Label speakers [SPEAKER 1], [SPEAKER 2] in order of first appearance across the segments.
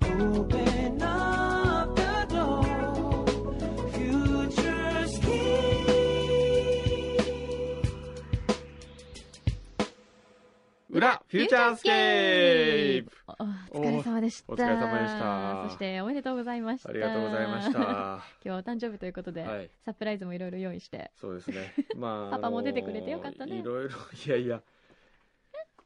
[SPEAKER 1] Open up the door. Future's key.
[SPEAKER 2] 裏フューチャースケープ
[SPEAKER 3] おお疲れ様でした
[SPEAKER 2] おお疲れ様でした
[SPEAKER 3] そしておめでとうございました
[SPEAKER 2] ありがとうございま し
[SPEAKER 3] 今
[SPEAKER 2] た。
[SPEAKER 3] 日はお誕生日ということで、
[SPEAKER 2] はい
[SPEAKER 3] サプライズもいろいろ用意して
[SPEAKER 2] そうですね。まあ、
[SPEAKER 3] パパも
[SPEAKER 2] あのー
[SPEAKER 3] 出てくれてよかったね
[SPEAKER 2] いろいろ、いやいや。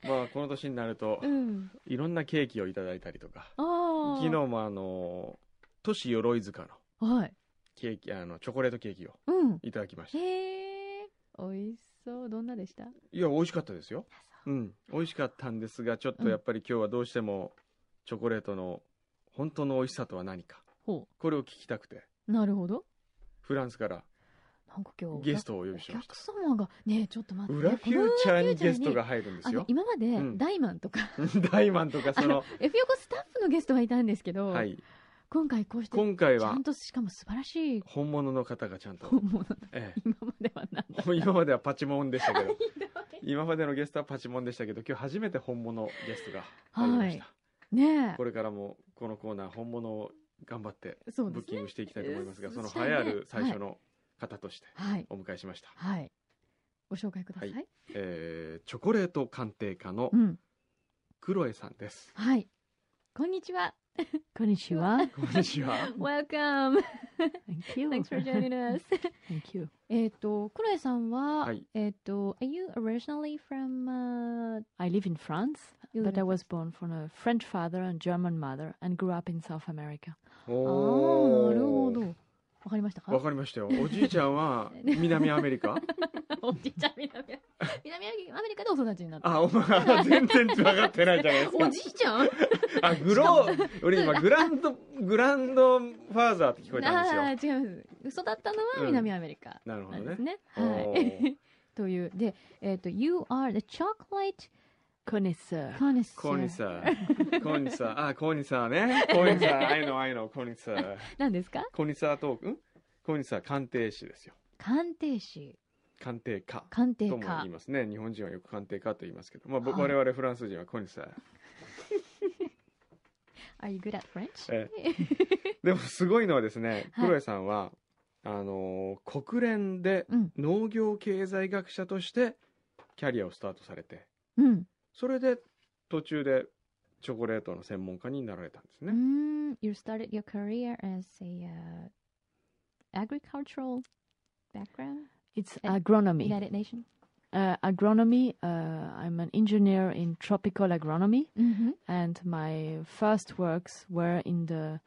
[SPEAKER 2] まあ、この年になると
[SPEAKER 3] う、ん
[SPEAKER 2] いろんなケーキをいただいたりとか、
[SPEAKER 3] ああ
[SPEAKER 2] 昨日もあのー、都市鎧塚の
[SPEAKER 3] はい
[SPEAKER 2] ケーキ、あの、チョコレートケーキを
[SPEAKER 3] うん
[SPEAKER 2] いただきました。
[SPEAKER 3] へえおいしそうどんなでした
[SPEAKER 2] いや、美味しかったですよ。うん。美味しかったんですが、ちょっとやっぱり今日はどうしても、チョコレートの本当の美味しさとは何か、
[SPEAKER 3] ほ
[SPEAKER 2] これを聞きたくて、
[SPEAKER 3] うなるほど
[SPEAKER 2] フランスから
[SPEAKER 3] なんか今日
[SPEAKER 2] ゲストをお呼びし
[SPEAKER 3] お
[SPEAKER 2] ました
[SPEAKER 3] 客。様がねえちょっと待って
[SPEAKER 2] 裏フューチャーにゲスト
[SPEAKER 3] この裏フューチャー
[SPEAKER 2] が入るんで
[SPEAKER 3] あ
[SPEAKER 2] す
[SPEAKER 3] の
[SPEAKER 2] よ。
[SPEAKER 3] 今まで
[SPEAKER 2] うん
[SPEAKER 3] ダイマンとか、
[SPEAKER 2] 大満とかその、
[SPEAKER 3] F 横スタッフのゲストはいたんですけど、
[SPEAKER 2] はい。
[SPEAKER 3] 今回こうして
[SPEAKER 2] 今回
[SPEAKER 3] ちゃ
[SPEAKER 2] は
[SPEAKER 3] んとしかも素晴らしい
[SPEAKER 2] 本物の方がちゃんと、
[SPEAKER 3] 本物の
[SPEAKER 2] え
[SPEAKER 3] 今まではなんだ
[SPEAKER 2] え、今まではパチモンでしたけど、今までのゲストはパチモンでしたけど、今日初めて本物ゲストが入りました。
[SPEAKER 3] ね
[SPEAKER 2] これからもこのコーナー本物を頑張って
[SPEAKER 3] え。そ
[SPEAKER 2] ブ
[SPEAKER 3] うで
[SPEAKER 2] ッ
[SPEAKER 3] す
[SPEAKER 2] キン
[SPEAKER 3] ね。
[SPEAKER 2] グしていきたいと思いますが、
[SPEAKER 3] え
[SPEAKER 2] その
[SPEAKER 3] し
[SPEAKER 2] 流
[SPEAKER 3] たいね
[SPEAKER 2] 行る最初の方として
[SPEAKER 3] はい。
[SPEAKER 2] お迎えしました。
[SPEAKER 3] はい。ご紹介ください。
[SPEAKER 2] はえー、チョコレート鑑定家の
[SPEAKER 3] うん。
[SPEAKER 2] クロエさんです。
[SPEAKER 3] はい。こんにちは。
[SPEAKER 4] こんにちは。
[SPEAKER 2] こんにちは。
[SPEAKER 3] Welcome!
[SPEAKER 4] Thank you.
[SPEAKER 3] Thanks for joining us.
[SPEAKER 4] Thank you.
[SPEAKER 3] えっと、クロエさんは、
[SPEAKER 2] はい
[SPEAKER 3] えっと、Are you originally from, uh,
[SPEAKER 4] I live in France,
[SPEAKER 3] You
[SPEAKER 4] but
[SPEAKER 3] live
[SPEAKER 4] I
[SPEAKER 3] in
[SPEAKER 4] was born from a French father and German mother and grew up in South America.
[SPEAKER 3] あ
[SPEAKER 2] おー
[SPEAKER 3] ー、なるほど。わかりましたか
[SPEAKER 2] わかりま したよ。おじいちゃんは南アメリカ
[SPEAKER 3] おじいちゃん南ア メリカ、南アメリカでお育ちになった。
[SPEAKER 2] あ、お前、全然分かってないじゃないです
[SPEAKER 3] お
[SPEAKER 2] か。
[SPEAKER 3] じいちゃん
[SPEAKER 2] あ、グロー、俺今、グランド、グランドファーザーって聞こえたんです
[SPEAKER 3] ああ
[SPEAKER 2] よ。
[SPEAKER 3] ー、違います。育ったのは南アメリカ。
[SPEAKER 2] なるほ
[SPEAKER 3] な
[SPEAKER 2] ど
[SPEAKER 3] んです
[SPEAKER 2] ね。
[SPEAKER 3] ね。
[SPEAKER 2] お
[SPEAKER 3] は
[SPEAKER 2] ー
[SPEAKER 3] い。という、で、えっ、と、You are the chocolate
[SPEAKER 4] Connoisseur.
[SPEAKER 3] connoisseur.
[SPEAKER 2] コーニサー。コーニサー。あ、コーニサー ね。コーニサー。I know, I know, コーニサー。
[SPEAKER 3] 何ですか
[SPEAKER 2] コーニサートークんコーニサー鑑定士ですよ。
[SPEAKER 3] 鑑定士、
[SPEAKER 2] 鑑定家。
[SPEAKER 3] 鑑定
[SPEAKER 2] とも
[SPEAKER 3] 家
[SPEAKER 2] 言い。ますね。日本人はよく鑑定家と言いますけど。まあ、ぼ
[SPEAKER 3] はい
[SPEAKER 2] 我々フランス人はコーニサー。
[SPEAKER 3] Are you good at French?
[SPEAKER 2] えでもすごいのはですね、
[SPEAKER 3] はい
[SPEAKER 2] 黒江さんは、あのー国連で
[SPEAKER 3] うん
[SPEAKER 2] 農業経済学者としてキャリアをスタートされて、
[SPEAKER 3] うん。
[SPEAKER 2] それで途中でチョコレートの専門家になられたんです
[SPEAKER 3] うー
[SPEAKER 2] ね。
[SPEAKER 3] ん You started your career as a、uh, agricultural background?
[SPEAKER 4] It's
[SPEAKER 3] And
[SPEAKER 4] agronomy.
[SPEAKER 3] United Nation?
[SPEAKER 4] Uh, agronomy, uh, I'm an engineer in tropical agronomy,
[SPEAKER 3] うん。
[SPEAKER 4] and my first works were in the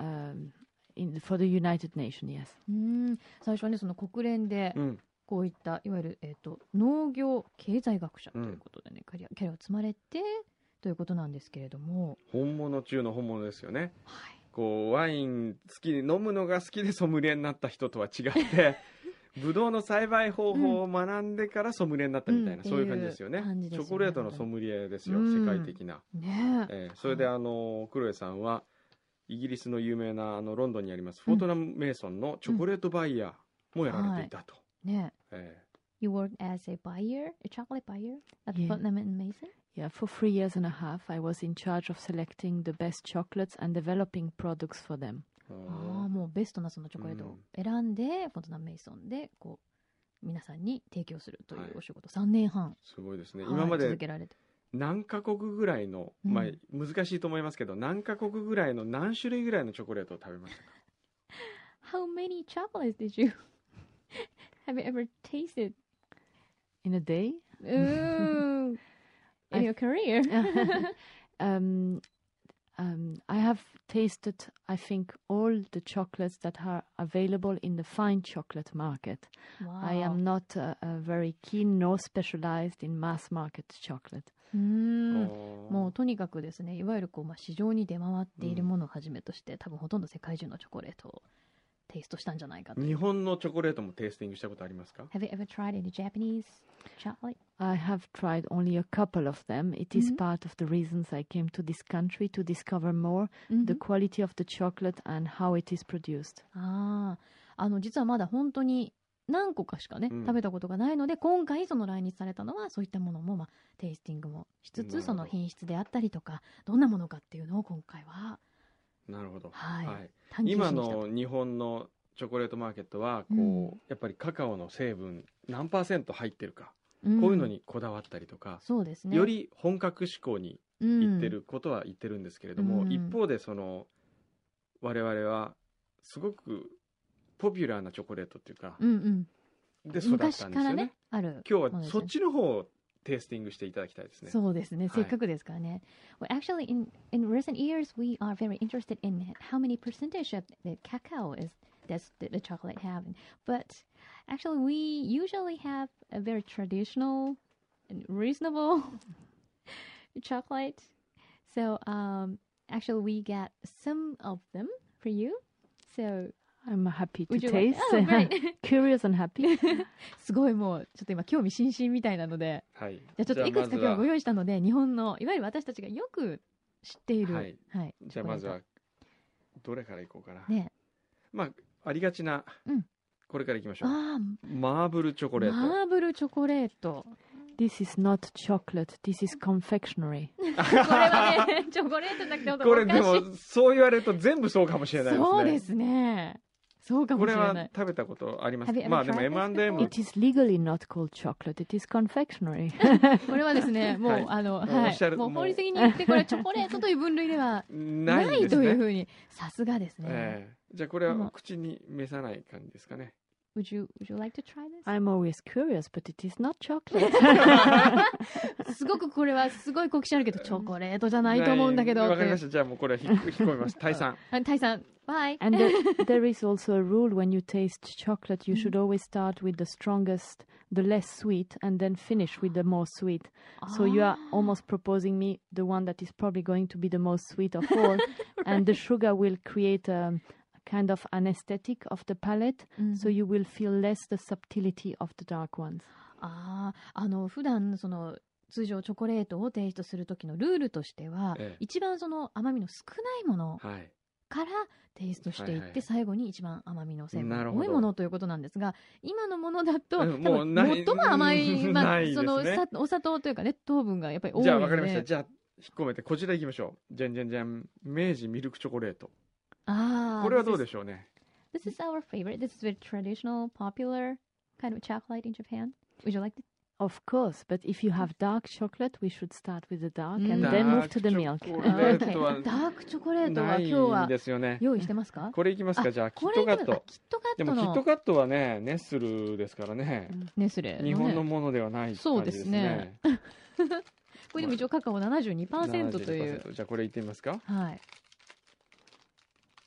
[SPEAKER 4] um, in for the United Nations. Yes.
[SPEAKER 3] うん最初はね、その国連で
[SPEAKER 2] う、ん。
[SPEAKER 3] こういった、いわゆる、えっ、と、農業経済学者ということでね、キャリア、キャリアを積まれて、ということなんですけれども、
[SPEAKER 2] 本物中の本物ですよね。
[SPEAKER 3] はい。
[SPEAKER 2] こう、ワイン好き、飲むのが好きでソムリエになった人とは違 って、ブドウの栽培方法を学んでからソムリエになったみたいな、
[SPEAKER 3] うん
[SPEAKER 2] そういう感じですよね。
[SPEAKER 3] っていう感じで
[SPEAKER 2] チ
[SPEAKER 3] すよね
[SPEAKER 2] ョコレートのソムリエですよ、
[SPEAKER 3] うん
[SPEAKER 2] 世界的な。
[SPEAKER 3] ねえ。
[SPEAKER 2] えーそれで、あのクロエさんはイギリスの有名なあのロンドンにありますフォートナム・メイソンのチョコレートバイヤーもやられていたと、
[SPEAKER 3] ねえ。
[SPEAKER 2] え
[SPEAKER 3] You worked as a buyer, a chocolate buyer at
[SPEAKER 4] Yeah.
[SPEAKER 3] Putnam and Mason.
[SPEAKER 4] Yeah, for three years and a half, I was in charge of selecting the best chocolates and developing products for them.
[SPEAKER 2] ー
[SPEAKER 3] ああ、もうベストなそのチョコレートを選んで、フォントナム・メイソンで、こう、皆さんに提供するとい
[SPEAKER 2] はいう
[SPEAKER 3] お仕事、3年半、
[SPEAKER 2] すごいですね
[SPEAKER 3] はい
[SPEAKER 2] 今ま
[SPEAKER 3] 続
[SPEAKER 2] で
[SPEAKER 3] けられて。
[SPEAKER 2] 何カ国ぐらいの、
[SPEAKER 3] うん
[SPEAKER 2] まあ、難しいと思いますけど何カ国ぐらいの何種類ぐらいのチョコレートを食べましたか
[SPEAKER 3] How many chocolates did you have you ever tasted?
[SPEAKER 4] In a day,
[SPEAKER 3] Ooh, in
[SPEAKER 4] I-
[SPEAKER 3] your career?
[SPEAKER 4] um, um, I have tasted, I think, all the chocolates that are available in the fine chocolate market. I am
[SPEAKER 3] Wow.
[SPEAKER 4] not uh, uh, very keen nor specialized in mass market chocolate.
[SPEAKER 3] うーん
[SPEAKER 2] おー
[SPEAKER 3] もうとにかくですねいわゆるこう、まあ、市場に出回っているものをはじめとして、多分ほとんど世界中のチョコレートをテイストしたんじゃないかと。
[SPEAKER 2] 日本のチョコレートもテイスティングしたことありますか
[SPEAKER 3] Have you ever tried any Japanese chocolate?
[SPEAKER 4] I have tried only a couple of them. It is
[SPEAKER 3] Mhm.
[SPEAKER 4] part of the reasons I came to this country to discover more
[SPEAKER 3] Mm-hmm.
[SPEAKER 4] the quality of the chocolate and how it is produced.
[SPEAKER 3] あああの実はまだ本当に何個かしかね、
[SPEAKER 2] うん
[SPEAKER 3] 食べたことがないので今回その来日されたのはそういったものも、まあ、テイスティングもしつ
[SPEAKER 2] なるほ
[SPEAKER 3] つ
[SPEAKER 2] ど
[SPEAKER 3] その品質であったりとかどんなものかっていうのを今回は
[SPEAKER 2] なるほど、
[SPEAKER 3] はい
[SPEAKER 2] はい、
[SPEAKER 3] 探求心
[SPEAKER 2] 今
[SPEAKER 3] でした
[SPEAKER 2] の日本のチョコレートマーケットはこう、
[SPEAKER 3] うん
[SPEAKER 2] やっぱりカカオの成分何パーセント入ってるか、
[SPEAKER 3] ん
[SPEAKER 2] こういうのにこだわったりとか、
[SPEAKER 3] そうですね
[SPEAKER 2] より本格志向に
[SPEAKER 3] 言
[SPEAKER 2] 言ってることは言ってるんですけれども、
[SPEAKER 3] うん
[SPEAKER 2] 一方でその我々はすごくポピュラーなチョコレートっていうか、
[SPEAKER 3] うんうん
[SPEAKER 2] で育ったんで
[SPEAKER 3] 昔
[SPEAKER 2] すよ
[SPEAKER 3] か
[SPEAKER 2] ね
[SPEAKER 3] らねある
[SPEAKER 2] 今日
[SPEAKER 3] もの
[SPEAKER 2] は
[SPEAKER 3] です
[SPEAKER 2] そ
[SPEAKER 3] ね
[SPEAKER 2] っちの方をテイスティングしていただきたいですね。
[SPEAKER 3] そうです
[SPEAKER 2] は
[SPEAKER 3] ね、
[SPEAKER 2] い
[SPEAKER 3] せっかくですからね。Well, actually, in, in recent years, we are very interested in how many percentage of the cacao is does the, the chocolate have. But actually, we usually have a very traditional and reasonable chocolate. So um, actually, we get some of them for you. So
[SPEAKER 4] I'm happy to
[SPEAKER 3] would you
[SPEAKER 4] taste.
[SPEAKER 3] like? Oh, great.
[SPEAKER 4] Curious and happy.
[SPEAKER 3] すごいもうちょっと今興味津々みたいなので。
[SPEAKER 2] はい。
[SPEAKER 3] じゃあちょっといくつか今日
[SPEAKER 2] じゃあまず
[SPEAKER 3] ご
[SPEAKER 2] は
[SPEAKER 3] 用意したので、日本のいわゆる私たちがよく知っている、
[SPEAKER 2] は
[SPEAKER 3] はいい、
[SPEAKER 2] じゃあまずは
[SPEAKER 3] チ
[SPEAKER 2] どれからいこうかな。
[SPEAKER 3] ョコレートね、
[SPEAKER 2] まあありがちな、
[SPEAKER 3] うん
[SPEAKER 2] これからいきましょう。
[SPEAKER 3] ああ、
[SPEAKER 2] マーブルチョコレート。
[SPEAKER 3] マーブルチョコレー ト。
[SPEAKER 4] this is not chocolate. This is confectionery.
[SPEAKER 3] これはね、チョコレートなくても
[SPEAKER 2] これで
[SPEAKER 3] お
[SPEAKER 2] も
[SPEAKER 3] 菓
[SPEAKER 2] そう言われると全部そうかもしれ
[SPEAKER 3] 子
[SPEAKER 2] ないですね。
[SPEAKER 3] そうですね。そうか
[SPEAKER 2] こ
[SPEAKER 3] もし
[SPEAKER 2] れ
[SPEAKER 3] れな。
[SPEAKER 2] はい食べたことあります
[SPEAKER 3] Have you ever
[SPEAKER 2] まあでも M&M
[SPEAKER 3] tried this before?
[SPEAKER 4] It is legally not called chocolate. It is confectionery.
[SPEAKER 3] これはですね、も う、
[SPEAKER 2] はい
[SPEAKER 3] あの、
[SPEAKER 2] もうお
[SPEAKER 3] は
[SPEAKER 2] っしゃ
[SPEAKER 3] い、
[SPEAKER 2] る
[SPEAKER 3] もう
[SPEAKER 2] もう
[SPEAKER 3] 法律的に言って、これはチョコレートという分類では
[SPEAKER 2] な
[SPEAKER 3] ない
[SPEAKER 2] ん
[SPEAKER 3] い
[SPEAKER 2] です
[SPEAKER 3] と
[SPEAKER 2] ね。
[SPEAKER 3] いうふうに、さすがですね。
[SPEAKER 2] ええじゃあこれは口に召さない感じですかね。
[SPEAKER 3] would you would you like to try this?
[SPEAKER 4] I'm always curious, but it is not chocolate.
[SPEAKER 3] すごくこれはすごい好奇心あるけど、チョコレートじゃないと思うんだけど。
[SPEAKER 2] ないわ
[SPEAKER 3] っ
[SPEAKER 2] か
[SPEAKER 3] て
[SPEAKER 2] りました。じゃあもうこれは引っ引っ込め ます。退散。
[SPEAKER 3] あタイさん、バイ。
[SPEAKER 4] and there, there is also a rule when you taste chocolate,
[SPEAKER 3] Hmm.
[SPEAKER 4] you should always start with the strongest, the less sweet, and then finish with the more sweet. So you are
[SPEAKER 3] Ah.
[SPEAKER 4] almost proposing me the one that is probably going to be the most sweet of all, and the sugar will create a, a kind of anesthetic of the palate, so you will feel less the subtlety of the dark ones.
[SPEAKER 3] ああ、あの、普段、その、通常チョコレートを提出する時のルールとしては、
[SPEAKER 2] ええ
[SPEAKER 3] 一番その甘みの少ないもの
[SPEAKER 2] はい。
[SPEAKER 3] からテイストしていって、
[SPEAKER 2] はいはい
[SPEAKER 3] 最後に一番甘みの成分
[SPEAKER 2] なる
[SPEAKER 3] が
[SPEAKER 2] ほど
[SPEAKER 3] 多いものということなんですが、今のものだと、
[SPEAKER 2] う
[SPEAKER 3] 多
[SPEAKER 2] ん
[SPEAKER 3] 分
[SPEAKER 2] もうない
[SPEAKER 3] 最も甘い、ま
[SPEAKER 2] な
[SPEAKER 3] あ
[SPEAKER 2] いです
[SPEAKER 3] そ
[SPEAKER 2] ね
[SPEAKER 3] のさお砂糖というかね、糖分がやっぱり多
[SPEAKER 2] じ
[SPEAKER 3] いので。
[SPEAKER 2] ゃあわかりました。じゃあ引っ込めてこちら行きましょう。じゃんじゃんじゃん。明治ミルクチョコレート。
[SPEAKER 3] ああ、
[SPEAKER 2] これはどうで
[SPEAKER 3] しょ
[SPEAKER 2] しょうね。
[SPEAKER 3] う ?This is our favorite. This is very traditional, popular kind of chocolate in Japan. Would you like to?
[SPEAKER 4] Of course, but if you have dark chocolate, we should start with the dark
[SPEAKER 3] Mm.
[SPEAKER 4] and then move
[SPEAKER 2] Dark
[SPEAKER 4] to the milk.
[SPEAKER 2] チョコ レートは
[SPEAKER 3] Okay. ダークチョコレートは
[SPEAKER 2] な
[SPEAKER 3] 今日はい
[SPEAKER 2] んですよね。
[SPEAKER 3] 用意してますか
[SPEAKER 2] これいきますか。
[SPEAKER 3] あ
[SPEAKER 2] じゃあキ
[SPEAKER 3] こ
[SPEAKER 2] ッ
[SPEAKER 3] れ
[SPEAKER 2] トカッ
[SPEAKER 3] いくの
[SPEAKER 2] ト。
[SPEAKER 3] あキットカ
[SPEAKER 2] で
[SPEAKER 3] ット
[SPEAKER 2] もキット
[SPEAKER 3] の
[SPEAKER 2] カットはねネッスルですからね。
[SPEAKER 3] ネスレのね。
[SPEAKER 2] 日本のものではない
[SPEAKER 3] そ
[SPEAKER 2] 感
[SPEAKER 3] う
[SPEAKER 2] じで
[SPEAKER 3] で
[SPEAKER 2] す
[SPEAKER 3] す
[SPEAKER 2] ね
[SPEAKER 3] ね。これでも一応カカオ72%という。
[SPEAKER 2] 70%じゃあこれいってみますか。
[SPEAKER 3] はい。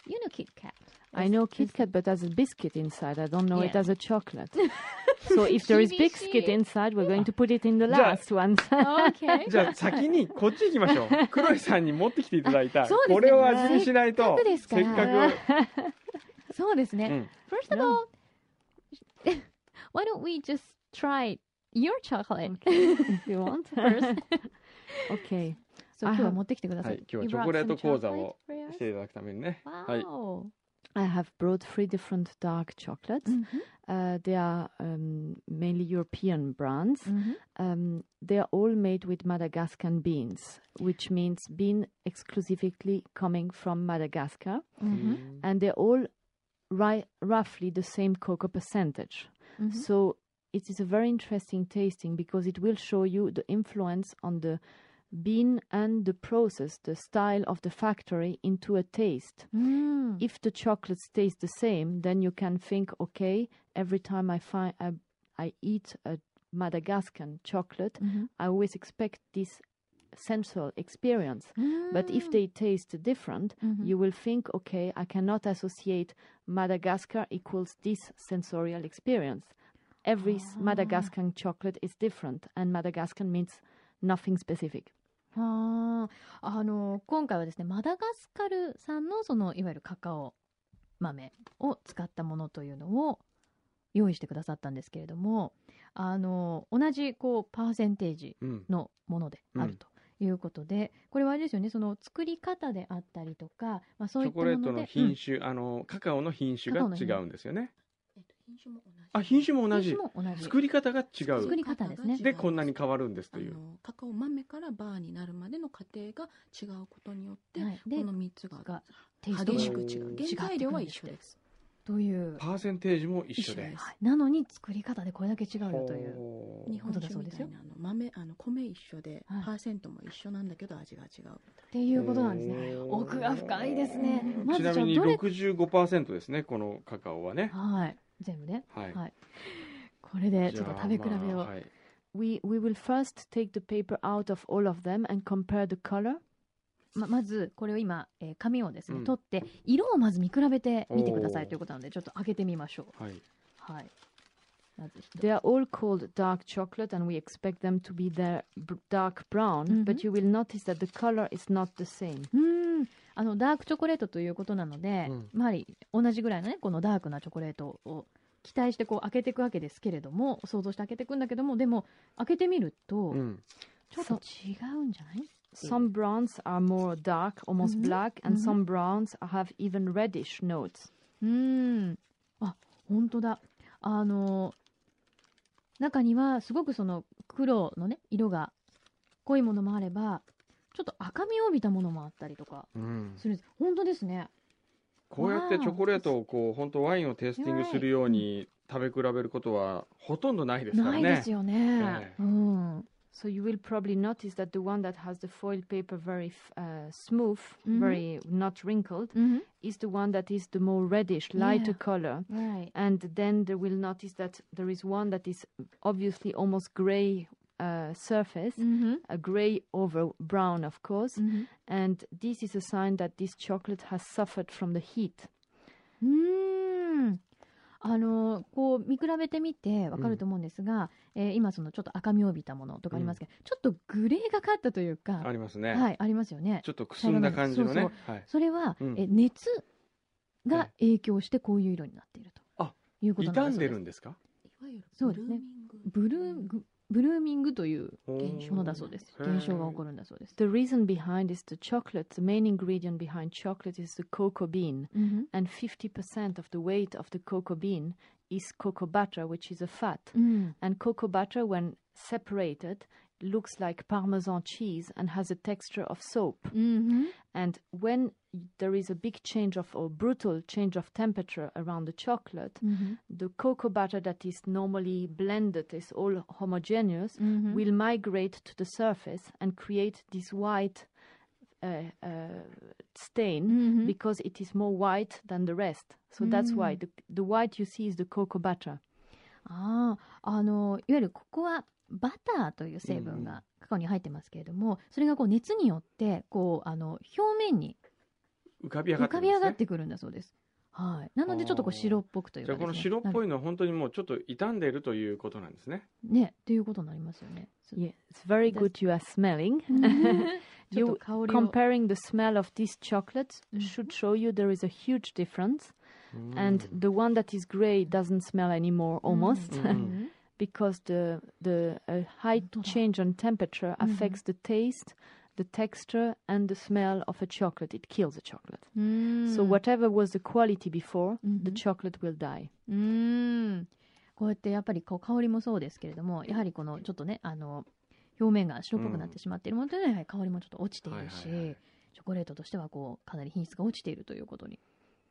[SPEAKER 3] You know Kit Kat.
[SPEAKER 4] I know Kit Kat, but as a biscuit inside, I don't know it
[SPEAKER 3] Yeah.
[SPEAKER 4] as a chocolate. so if there is
[SPEAKER 3] Shibishi.
[SPEAKER 4] biscuit inside, we're going to put it in the
[SPEAKER 2] Yeah.
[SPEAKER 4] last one.
[SPEAKER 3] Okay.
[SPEAKER 2] じゃあ先にこっち行きましょ う。黒井さんに持ってきていただいた。
[SPEAKER 3] あそうですね
[SPEAKER 2] これを味見しないと。
[SPEAKER 3] せっかくですから
[SPEAKER 2] せっ
[SPEAKER 3] そうです
[SPEAKER 2] かく。う
[SPEAKER 3] ね。
[SPEAKER 2] ん
[SPEAKER 3] First of all, why don't we just try your chocolate?
[SPEAKER 4] if you want.
[SPEAKER 3] First.
[SPEAKER 4] okay.
[SPEAKER 3] そう、今日は持ってきてくだ
[SPEAKER 2] は
[SPEAKER 3] さい
[SPEAKER 2] い。。今
[SPEAKER 3] You
[SPEAKER 2] 日
[SPEAKER 3] brought
[SPEAKER 2] はチョコレート
[SPEAKER 3] some
[SPEAKER 2] 講座を
[SPEAKER 3] chocolate for us?
[SPEAKER 2] していただくためにね。はい。
[SPEAKER 3] Wow.
[SPEAKER 4] I have brought three different dark chocolates.
[SPEAKER 3] Mhm.
[SPEAKER 4] Uh, they are um, mainly European brands.
[SPEAKER 3] Mhm.
[SPEAKER 4] Um, they are all made with Madagascan beans, which means bean exclusively coming from Madagascar,
[SPEAKER 3] Mhm.
[SPEAKER 4] and they're all ri- roughly the same cocoa percentage.
[SPEAKER 3] Mhm.
[SPEAKER 4] So it is a very interesting tasting because it will show you the influence on the bean and the process, the style of the factory into a taste.
[SPEAKER 3] うん。
[SPEAKER 4] If the chocolates taste the same, then you can think, okay, every time I find I, I eat a Madagascan chocolate,
[SPEAKER 3] うん。
[SPEAKER 4] I always expect this sensual experience. But if they taste different,
[SPEAKER 3] Mhm.
[SPEAKER 4] you will think, okay, I cannot associate Madagascar equals this sensorial experience. Every s- Madagascan chocolate is different, and Madagascan means nothing specific.
[SPEAKER 3] はあ、あの今回はですねマダガスカル産のそのいわゆるカカオ豆を使ったものというのを用意してくださったんですけれどもあの同じこうパーセンテージ
[SPEAKER 2] うん。
[SPEAKER 3] のものであるということで、これはあれですよねその作り方であったりとか、まあ、
[SPEAKER 2] チ
[SPEAKER 3] そうい
[SPEAKER 2] ョ
[SPEAKER 3] ったも
[SPEAKER 2] コ
[SPEAKER 3] の
[SPEAKER 2] レー
[SPEAKER 3] で
[SPEAKER 2] トの
[SPEAKER 3] う
[SPEAKER 2] 品
[SPEAKER 3] ん
[SPEAKER 2] 種、あのカカオの品種が違うんですよね。あ、
[SPEAKER 5] 品
[SPEAKER 2] 品
[SPEAKER 5] 種
[SPEAKER 2] 種も
[SPEAKER 5] も
[SPEAKER 2] 同
[SPEAKER 5] 同
[SPEAKER 2] じ
[SPEAKER 5] じ。。
[SPEAKER 3] 品種も同じ
[SPEAKER 2] 作り方が違
[SPEAKER 3] 作
[SPEAKER 2] う。
[SPEAKER 3] り方ですね
[SPEAKER 2] でこんなに変わるんですという
[SPEAKER 5] あ。のカカオ豆からバーになるまでの過程が違うことによって、
[SPEAKER 3] はいで
[SPEAKER 5] この3つが
[SPEAKER 3] がテイスト
[SPEAKER 5] 激
[SPEAKER 3] が
[SPEAKER 5] しく違
[SPEAKER 3] 違ってくる
[SPEAKER 5] う
[SPEAKER 3] んです
[SPEAKER 5] 原材料は一緒です
[SPEAKER 3] という
[SPEAKER 2] パーセンテージも一緒
[SPEAKER 5] 一緒
[SPEAKER 2] で
[SPEAKER 5] で。す
[SPEAKER 3] なのに作り方でこれだけ違うよという
[SPEAKER 2] ほう
[SPEAKER 5] 日本酒
[SPEAKER 3] 本当
[SPEAKER 5] みたい
[SPEAKER 3] だそうです
[SPEAKER 5] なあの豆あの米一緒で、
[SPEAKER 3] はい
[SPEAKER 5] パーセントも一緒なんだけど味が違う
[SPEAKER 3] っていうことなんですね。
[SPEAKER 2] ほう
[SPEAKER 3] 奥が深いですね。ま
[SPEAKER 2] ち
[SPEAKER 3] ずじゃ
[SPEAKER 2] な
[SPEAKER 3] あ
[SPEAKER 2] みに
[SPEAKER 3] どれ
[SPEAKER 2] 65%ですね、このカカオはね。
[SPEAKER 3] はい全部ね。
[SPEAKER 2] はい
[SPEAKER 3] はい。これでち
[SPEAKER 2] じ
[SPEAKER 3] ょ
[SPEAKER 2] ゃ
[SPEAKER 3] っと
[SPEAKER 2] あ
[SPEAKER 3] 食べ比べ
[SPEAKER 2] まあ
[SPEAKER 3] を。
[SPEAKER 2] はい
[SPEAKER 4] We, we will first take the paper out of all of them and compare the color.
[SPEAKER 3] ままずこれを今、えー紙をですね、
[SPEAKER 2] うん
[SPEAKER 3] 取って色をまず見比べてみてくださいということなのでちょっと開けてみましょう。
[SPEAKER 2] はい
[SPEAKER 3] はい。まず一つ
[SPEAKER 4] They are all called dark chocolate, and we expect them to be their b- dark brown,
[SPEAKER 3] Mhm.
[SPEAKER 4] but you will notice that the color is not the same.
[SPEAKER 3] うーんあのダークチョコレートということなので、
[SPEAKER 2] うん
[SPEAKER 3] やはり同じぐらいのねこのダークなチョコレートを期待してこう開けていくわけですけれども想像して開けていくんだけどもでも開けてみると
[SPEAKER 2] うん
[SPEAKER 3] ちょっと違うんじゃない、
[SPEAKER 4] Some browns are more dark, almost
[SPEAKER 3] Mhm.
[SPEAKER 4] black, and some
[SPEAKER 3] Mhm.
[SPEAKER 4] browns have even reddish notes.
[SPEAKER 3] うーんあ本当だあの中にはすごくその黒のね色が濃いものもあればちょっと赤みを帯びたものもあったりとか
[SPEAKER 2] うん
[SPEAKER 3] するんです本当ですね
[SPEAKER 2] こうやってチョコレートをこう本当ワインをテイスティングするように食べ比べることはほとんどないですからね。
[SPEAKER 3] ないですよね、
[SPEAKER 2] ええ
[SPEAKER 3] うん、
[SPEAKER 4] So you will probably notice that the one that has the foil paper very f- uh, smooth,
[SPEAKER 3] Mhm.
[SPEAKER 4] very not wrinkled,
[SPEAKER 3] うん、
[SPEAKER 4] is the one that is the more reddish, lighter
[SPEAKER 3] Yeah.
[SPEAKER 4] color.
[SPEAKER 3] Right.
[SPEAKER 4] and then they will notice that there is one that is obviously almost gray uh, surface,
[SPEAKER 3] Mm-hmm.
[SPEAKER 4] a gray over brown, of course,
[SPEAKER 3] Mm-hmm.
[SPEAKER 4] and this is a sign that this chocolate has suffered from the heat.
[SPEAKER 3] うーんあのこう見比べてみてわかると思うんですが、えー今そのちょっと赤みを帯びたものとかありますけど、ちょっとグレーがかったというか、
[SPEAKER 2] ありますね。
[SPEAKER 3] はいありますよね
[SPEAKER 2] ちょっとくすんだ感じのね。
[SPEAKER 3] そう
[SPEAKER 2] はい。
[SPEAKER 3] それは、
[SPEAKER 2] うん
[SPEAKER 3] え熱が影響してこういう色になっていると
[SPEAKER 2] あ
[SPEAKER 3] いうことな
[SPEAKER 2] 傷
[SPEAKER 3] んだ
[SPEAKER 2] ん
[SPEAKER 3] そう
[SPEAKER 2] で
[SPEAKER 3] です
[SPEAKER 2] るんですか。
[SPEAKER 5] いわゆる
[SPEAKER 3] そ
[SPEAKER 5] ブ
[SPEAKER 3] う
[SPEAKER 5] ル
[SPEAKER 3] ですね
[SPEAKER 5] ーミング
[SPEAKER 3] ブルーグブルーミングという
[SPEAKER 5] 現象
[SPEAKER 3] ものだそうです
[SPEAKER 2] へー
[SPEAKER 3] 現象が起こるんだそうです、
[SPEAKER 4] The reason behind is the chocolate. The main ingredient behind chocolate is the cocoa bean,
[SPEAKER 3] Mhm.
[SPEAKER 4] and 50% of the weight of the cocoa bean is cocoa butter, which is a fat.
[SPEAKER 3] うん、
[SPEAKER 4] And cocoa butter, when separated, looks like parmesan cheese and has a texture of soap.
[SPEAKER 3] うん
[SPEAKER 4] And when there is a big change of or brutal change of temperature around the chocolate,
[SPEAKER 3] Mhm.
[SPEAKER 4] the cocoa butter that is normally blended is all homogeneous
[SPEAKER 3] Mhm.
[SPEAKER 4] will migrate to the surface and create this white uh, uh, stain
[SPEAKER 3] Mhm.
[SPEAKER 4] because it is more white than the rest. So that's why
[SPEAKER 3] Mm.
[SPEAKER 4] the, the white you see is the cocoa butter.
[SPEAKER 3] ああ、あの、いわゆるここはバターという成
[SPEAKER 2] うんう
[SPEAKER 3] 分
[SPEAKER 2] ん
[SPEAKER 3] がカカオに入ってますけれども、それがこう熱によって、こう、あの、表面に
[SPEAKER 2] 浮かび上がって
[SPEAKER 3] 浮
[SPEAKER 2] る
[SPEAKER 3] か
[SPEAKER 2] んで
[SPEAKER 3] び
[SPEAKER 2] すね
[SPEAKER 3] 上がってくるんだそうです。はい。なのでちょっとこ
[SPEAKER 2] あ
[SPEAKER 3] う
[SPEAKER 2] ー
[SPEAKER 3] 白っぽくという
[SPEAKER 2] じ
[SPEAKER 3] か
[SPEAKER 2] ゃあこの
[SPEAKER 3] ですね
[SPEAKER 2] 白っぽ
[SPEAKER 3] ない
[SPEAKER 2] のは本当にもうちょっと傷んでいるということなんですね。
[SPEAKER 3] ね、っていうことになりますよね。
[SPEAKER 4] Yeah, it's very
[SPEAKER 3] That's- Mm-hmm.
[SPEAKER 4] good you are smelling.
[SPEAKER 3] ちょ
[SPEAKER 4] you
[SPEAKER 3] っと香りを。
[SPEAKER 4] comparing the smell of this chocolate
[SPEAKER 3] Mhm.
[SPEAKER 4] should show you there is a huge difference.
[SPEAKER 2] うん、
[SPEAKER 4] and the one that is grey doesn't smell anymore almost
[SPEAKER 2] Mm.
[SPEAKER 3] うん
[SPEAKER 4] because the the uh, high
[SPEAKER 3] Don't know.
[SPEAKER 4] change on temperature affects the taste the texture and the smell of a chocolate it kills a chocolate
[SPEAKER 3] うーん
[SPEAKER 4] so whatever was the quality before the
[SPEAKER 3] Mhm.
[SPEAKER 4] chocolate will die
[SPEAKER 3] うーんこうやってやっぱりこう香りもそうですけれどもやはりこのちょっとねあの表面が白っぽくなってしまっているものというのはやはり香りもちょっと落ちているし、
[SPEAKER 2] はいはいはい
[SPEAKER 3] チョコレートとしてはこうかなり品質が落ちているということに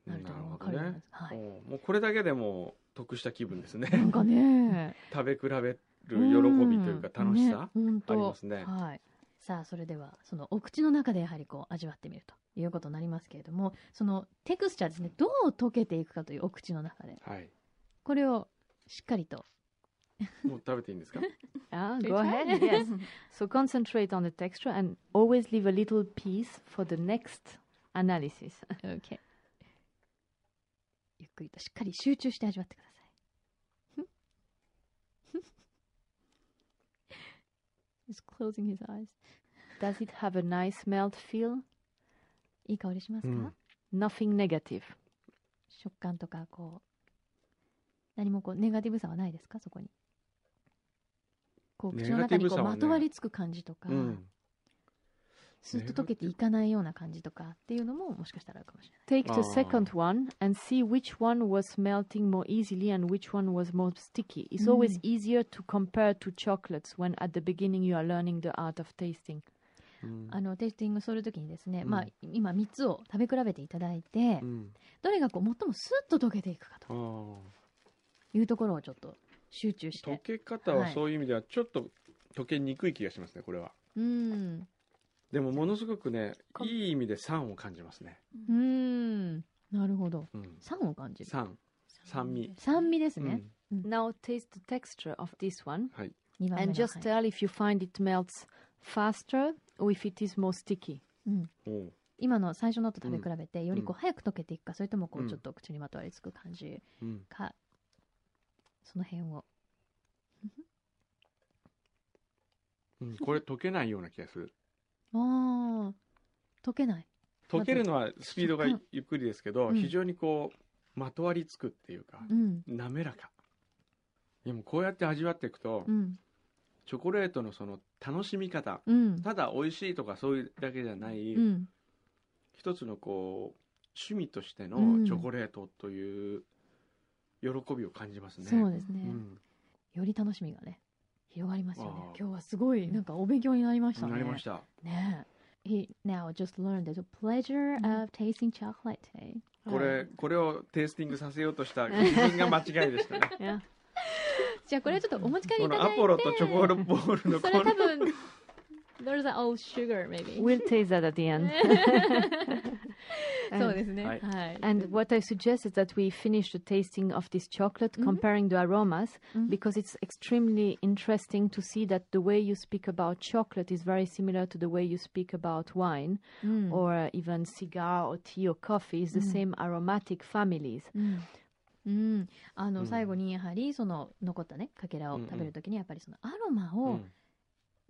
[SPEAKER 3] なるというのが分かるようになります
[SPEAKER 2] お
[SPEAKER 3] は
[SPEAKER 2] う
[SPEAKER 3] い、
[SPEAKER 2] もうこれだけでもう得した気分ですね。
[SPEAKER 3] なんかね
[SPEAKER 2] 食べ比べる喜びというか楽しさ、
[SPEAKER 3] うんね
[SPEAKER 2] あり
[SPEAKER 3] 本
[SPEAKER 2] ま
[SPEAKER 3] 当
[SPEAKER 2] すね。
[SPEAKER 3] はい、さあそれではそのお口の中でやはりこう味わってみるということになりますけれどもそのテクスチャーですねどう溶けていくかというお口の中で
[SPEAKER 2] はい。
[SPEAKER 3] これをしっかりと
[SPEAKER 2] もう食べていいんですか。
[SPEAKER 4] ah,
[SPEAKER 3] Should
[SPEAKER 4] go
[SPEAKER 3] we try
[SPEAKER 4] ahead
[SPEAKER 3] it?
[SPEAKER 4] yes so concentrate on the texture and always leave a little piece for the next analysis
[SPEAKER 3] OK ゆっくりとしっかり集中して味わってください。He's closing his eyes.
[SPEAKER 4] does it have a nice melt feel
[SPEAKER 3] いい香りしますか、
[SPEAKER 2] うん
[SPEAKER 4] nothing negative
[SPEAKER 3] 食感とかこう何もこうネガティブさはないですかそこにこう口の中に
[SPEAKER 2] ネガティブ
[SPEAKER 3] こ
[SPEAKER 2] さ
[SPEAKER 3] う
[SPEAKER 2] はね
[SPEAKER 3] まとわりつく感じとか、
[SPEAKER 2] うん。
[SPEAKER 3] スッと溶けていかないような感じとかっていうのももしかしたらあるかもしれない
[SPEAKER 4] Take the
[SPEAKER 2] Ah.
[SPEAKER 4] second one and see which one was melting more easily and which one was more sticky. It's always easier to compare two chocolates when at the beginning you are learning the art of tasting.
[SPEAKER 2] うん
[SPEAKER 3] あのテイスティングするときにですね、
[SPEAKER 2] うん
[SPEAKER 3] まあ、今3つを食べ比べていただいて、
[SPEAKER 2] うん
[SPEAKER 3] どれがこう最もスッと溶けていくか
[SPEAKER 2] あ
[SPEAKER 3] と
[SPEAKER 2] ー
[SPEAKER 3] いうところをちょっと集中し
[SPEAKER 2] 溶け
[SPEAKER 3] て
[SPEAKER 2] 方はそういう意味ではちょっと溶けにくい気がしますねこれは
[SPEAKER 3] うん
[SPEAKER 2] でもものすごくね
[SPEAKER 3] こん
[SPEAKER 2] いい意味で酸を感じますね、
[SPEAKER 3] うんなるほど
[SPEAKER 2] うん、
[SPEAKER 3] 酸を感じる
[SPEAKER 2] 酸酸味
[SPEAKER 3] 酸味です
[SPEAKER 2] う
[SPEAKER 3] ね、
[SPEAKER 2] ん
[SPEAKER 4] Now taste the texture of this one
[SPEAKER 2] はい
[SPEAKER 3] 二番目
[SPEAKER 4] and
[SPEAKER 3] の
[SPEAKER 4] just
[SPEAKER 3] はい
[SPEAKER 4] tell if you find it melts faster or if it is more sticky.
[SPEAKER 2] おう
[SPEAKER 3] 今の最初のと食べ比べて、よりこう
[SPEAKER 2] う
[SPEAKER 3] 早く溶けていくかそれともこ
[SPEAKER 2] う
[SPEAKER 3] うんちょっと口にまとわりつく感じ
[SPEAKER 2] うん
[SPEAKER 3] か、その辺を
[SPEAKER 2] うん、これ溶けないような気がする
[SPEAKER 3] ああ溶けない
[SPEAKER 2] 溶けるの はスピードが
[SPEAKER 3] 食感
[SPEAKER 2] ゆっくりですけど、
[SPEAKER 3] うん
[SPEAKER 2] 非常にこうまとわりつくっていうか、
[SPEAKER 3] うん
[SPEAKER 2] 滑らかでもこうやって味わっていくと、
[SPEAKER 3] うん
[SPEAKER 2] チョコレートのその楽しみ方
[SPEAKER 3] うん
[SPEAKER 2] ただ美味しいとかそういうだけじゃない、
[SPEAKER 3] うん
[SPEAKER 2] 一つのこう趣味として
[SPEAKER 3] うん
[SPEAKER 2] のチョコレートという喜びを感じますね。
[SPEAKER 3] そうですね、
[SPEAKER 2] うん
[SPEAKER 3] より楽しみがね広がりますよね
[SPEAKER 2] あー
[SPEAKER 3] 今日はすごいなんかお勉強になりましたね
[SPEAKER 2] なりました。
[SPEAKER 3] ねえ He now just learned the pleasure of tasting chocolate today.
[SPEAKER 2] これ、これをテイスティングさせようとした自分が間違いで したね。
[SPEAKER 4] Yeah.
[SPEAKER 3] じゃあこれちょっとお持ち帰り
[SPEAKER 2] こ
[SPEAKER 3] いた
[SPEAKER 2] の
[SPEAKER 3] だい
[SPEAKER 2] ア
[SPEAKER 3] て。
[SPEAKER 2] ポロとチョコボールの
[SPEAKER 3] そ
[SPEAKER 2] この
[SPEAKER 3] れ多分 There's an old sugar maybe.
[SPEAKER 4] We'll taste that at the end.
[SPEAKER 3] そうですね。は
[SPEAKER 2] はいい。
[SPEAKER 4] And what I suggest is that we finish the tasting of this chocolate, comparing the aromas, because it's extremely interesting to see that the way you speak about chocolate is very similar to the way you speak about wine, or even cigar or tea or coffee. It's the same aromatic families.
[SPEAKER 3] うん、あの最後にやはりその残ったねかけらを食べるときにやっぱりそのアロマ
[SPEAKER 2] う
[SPEAKER 3] を
[SPEAKER 2] ん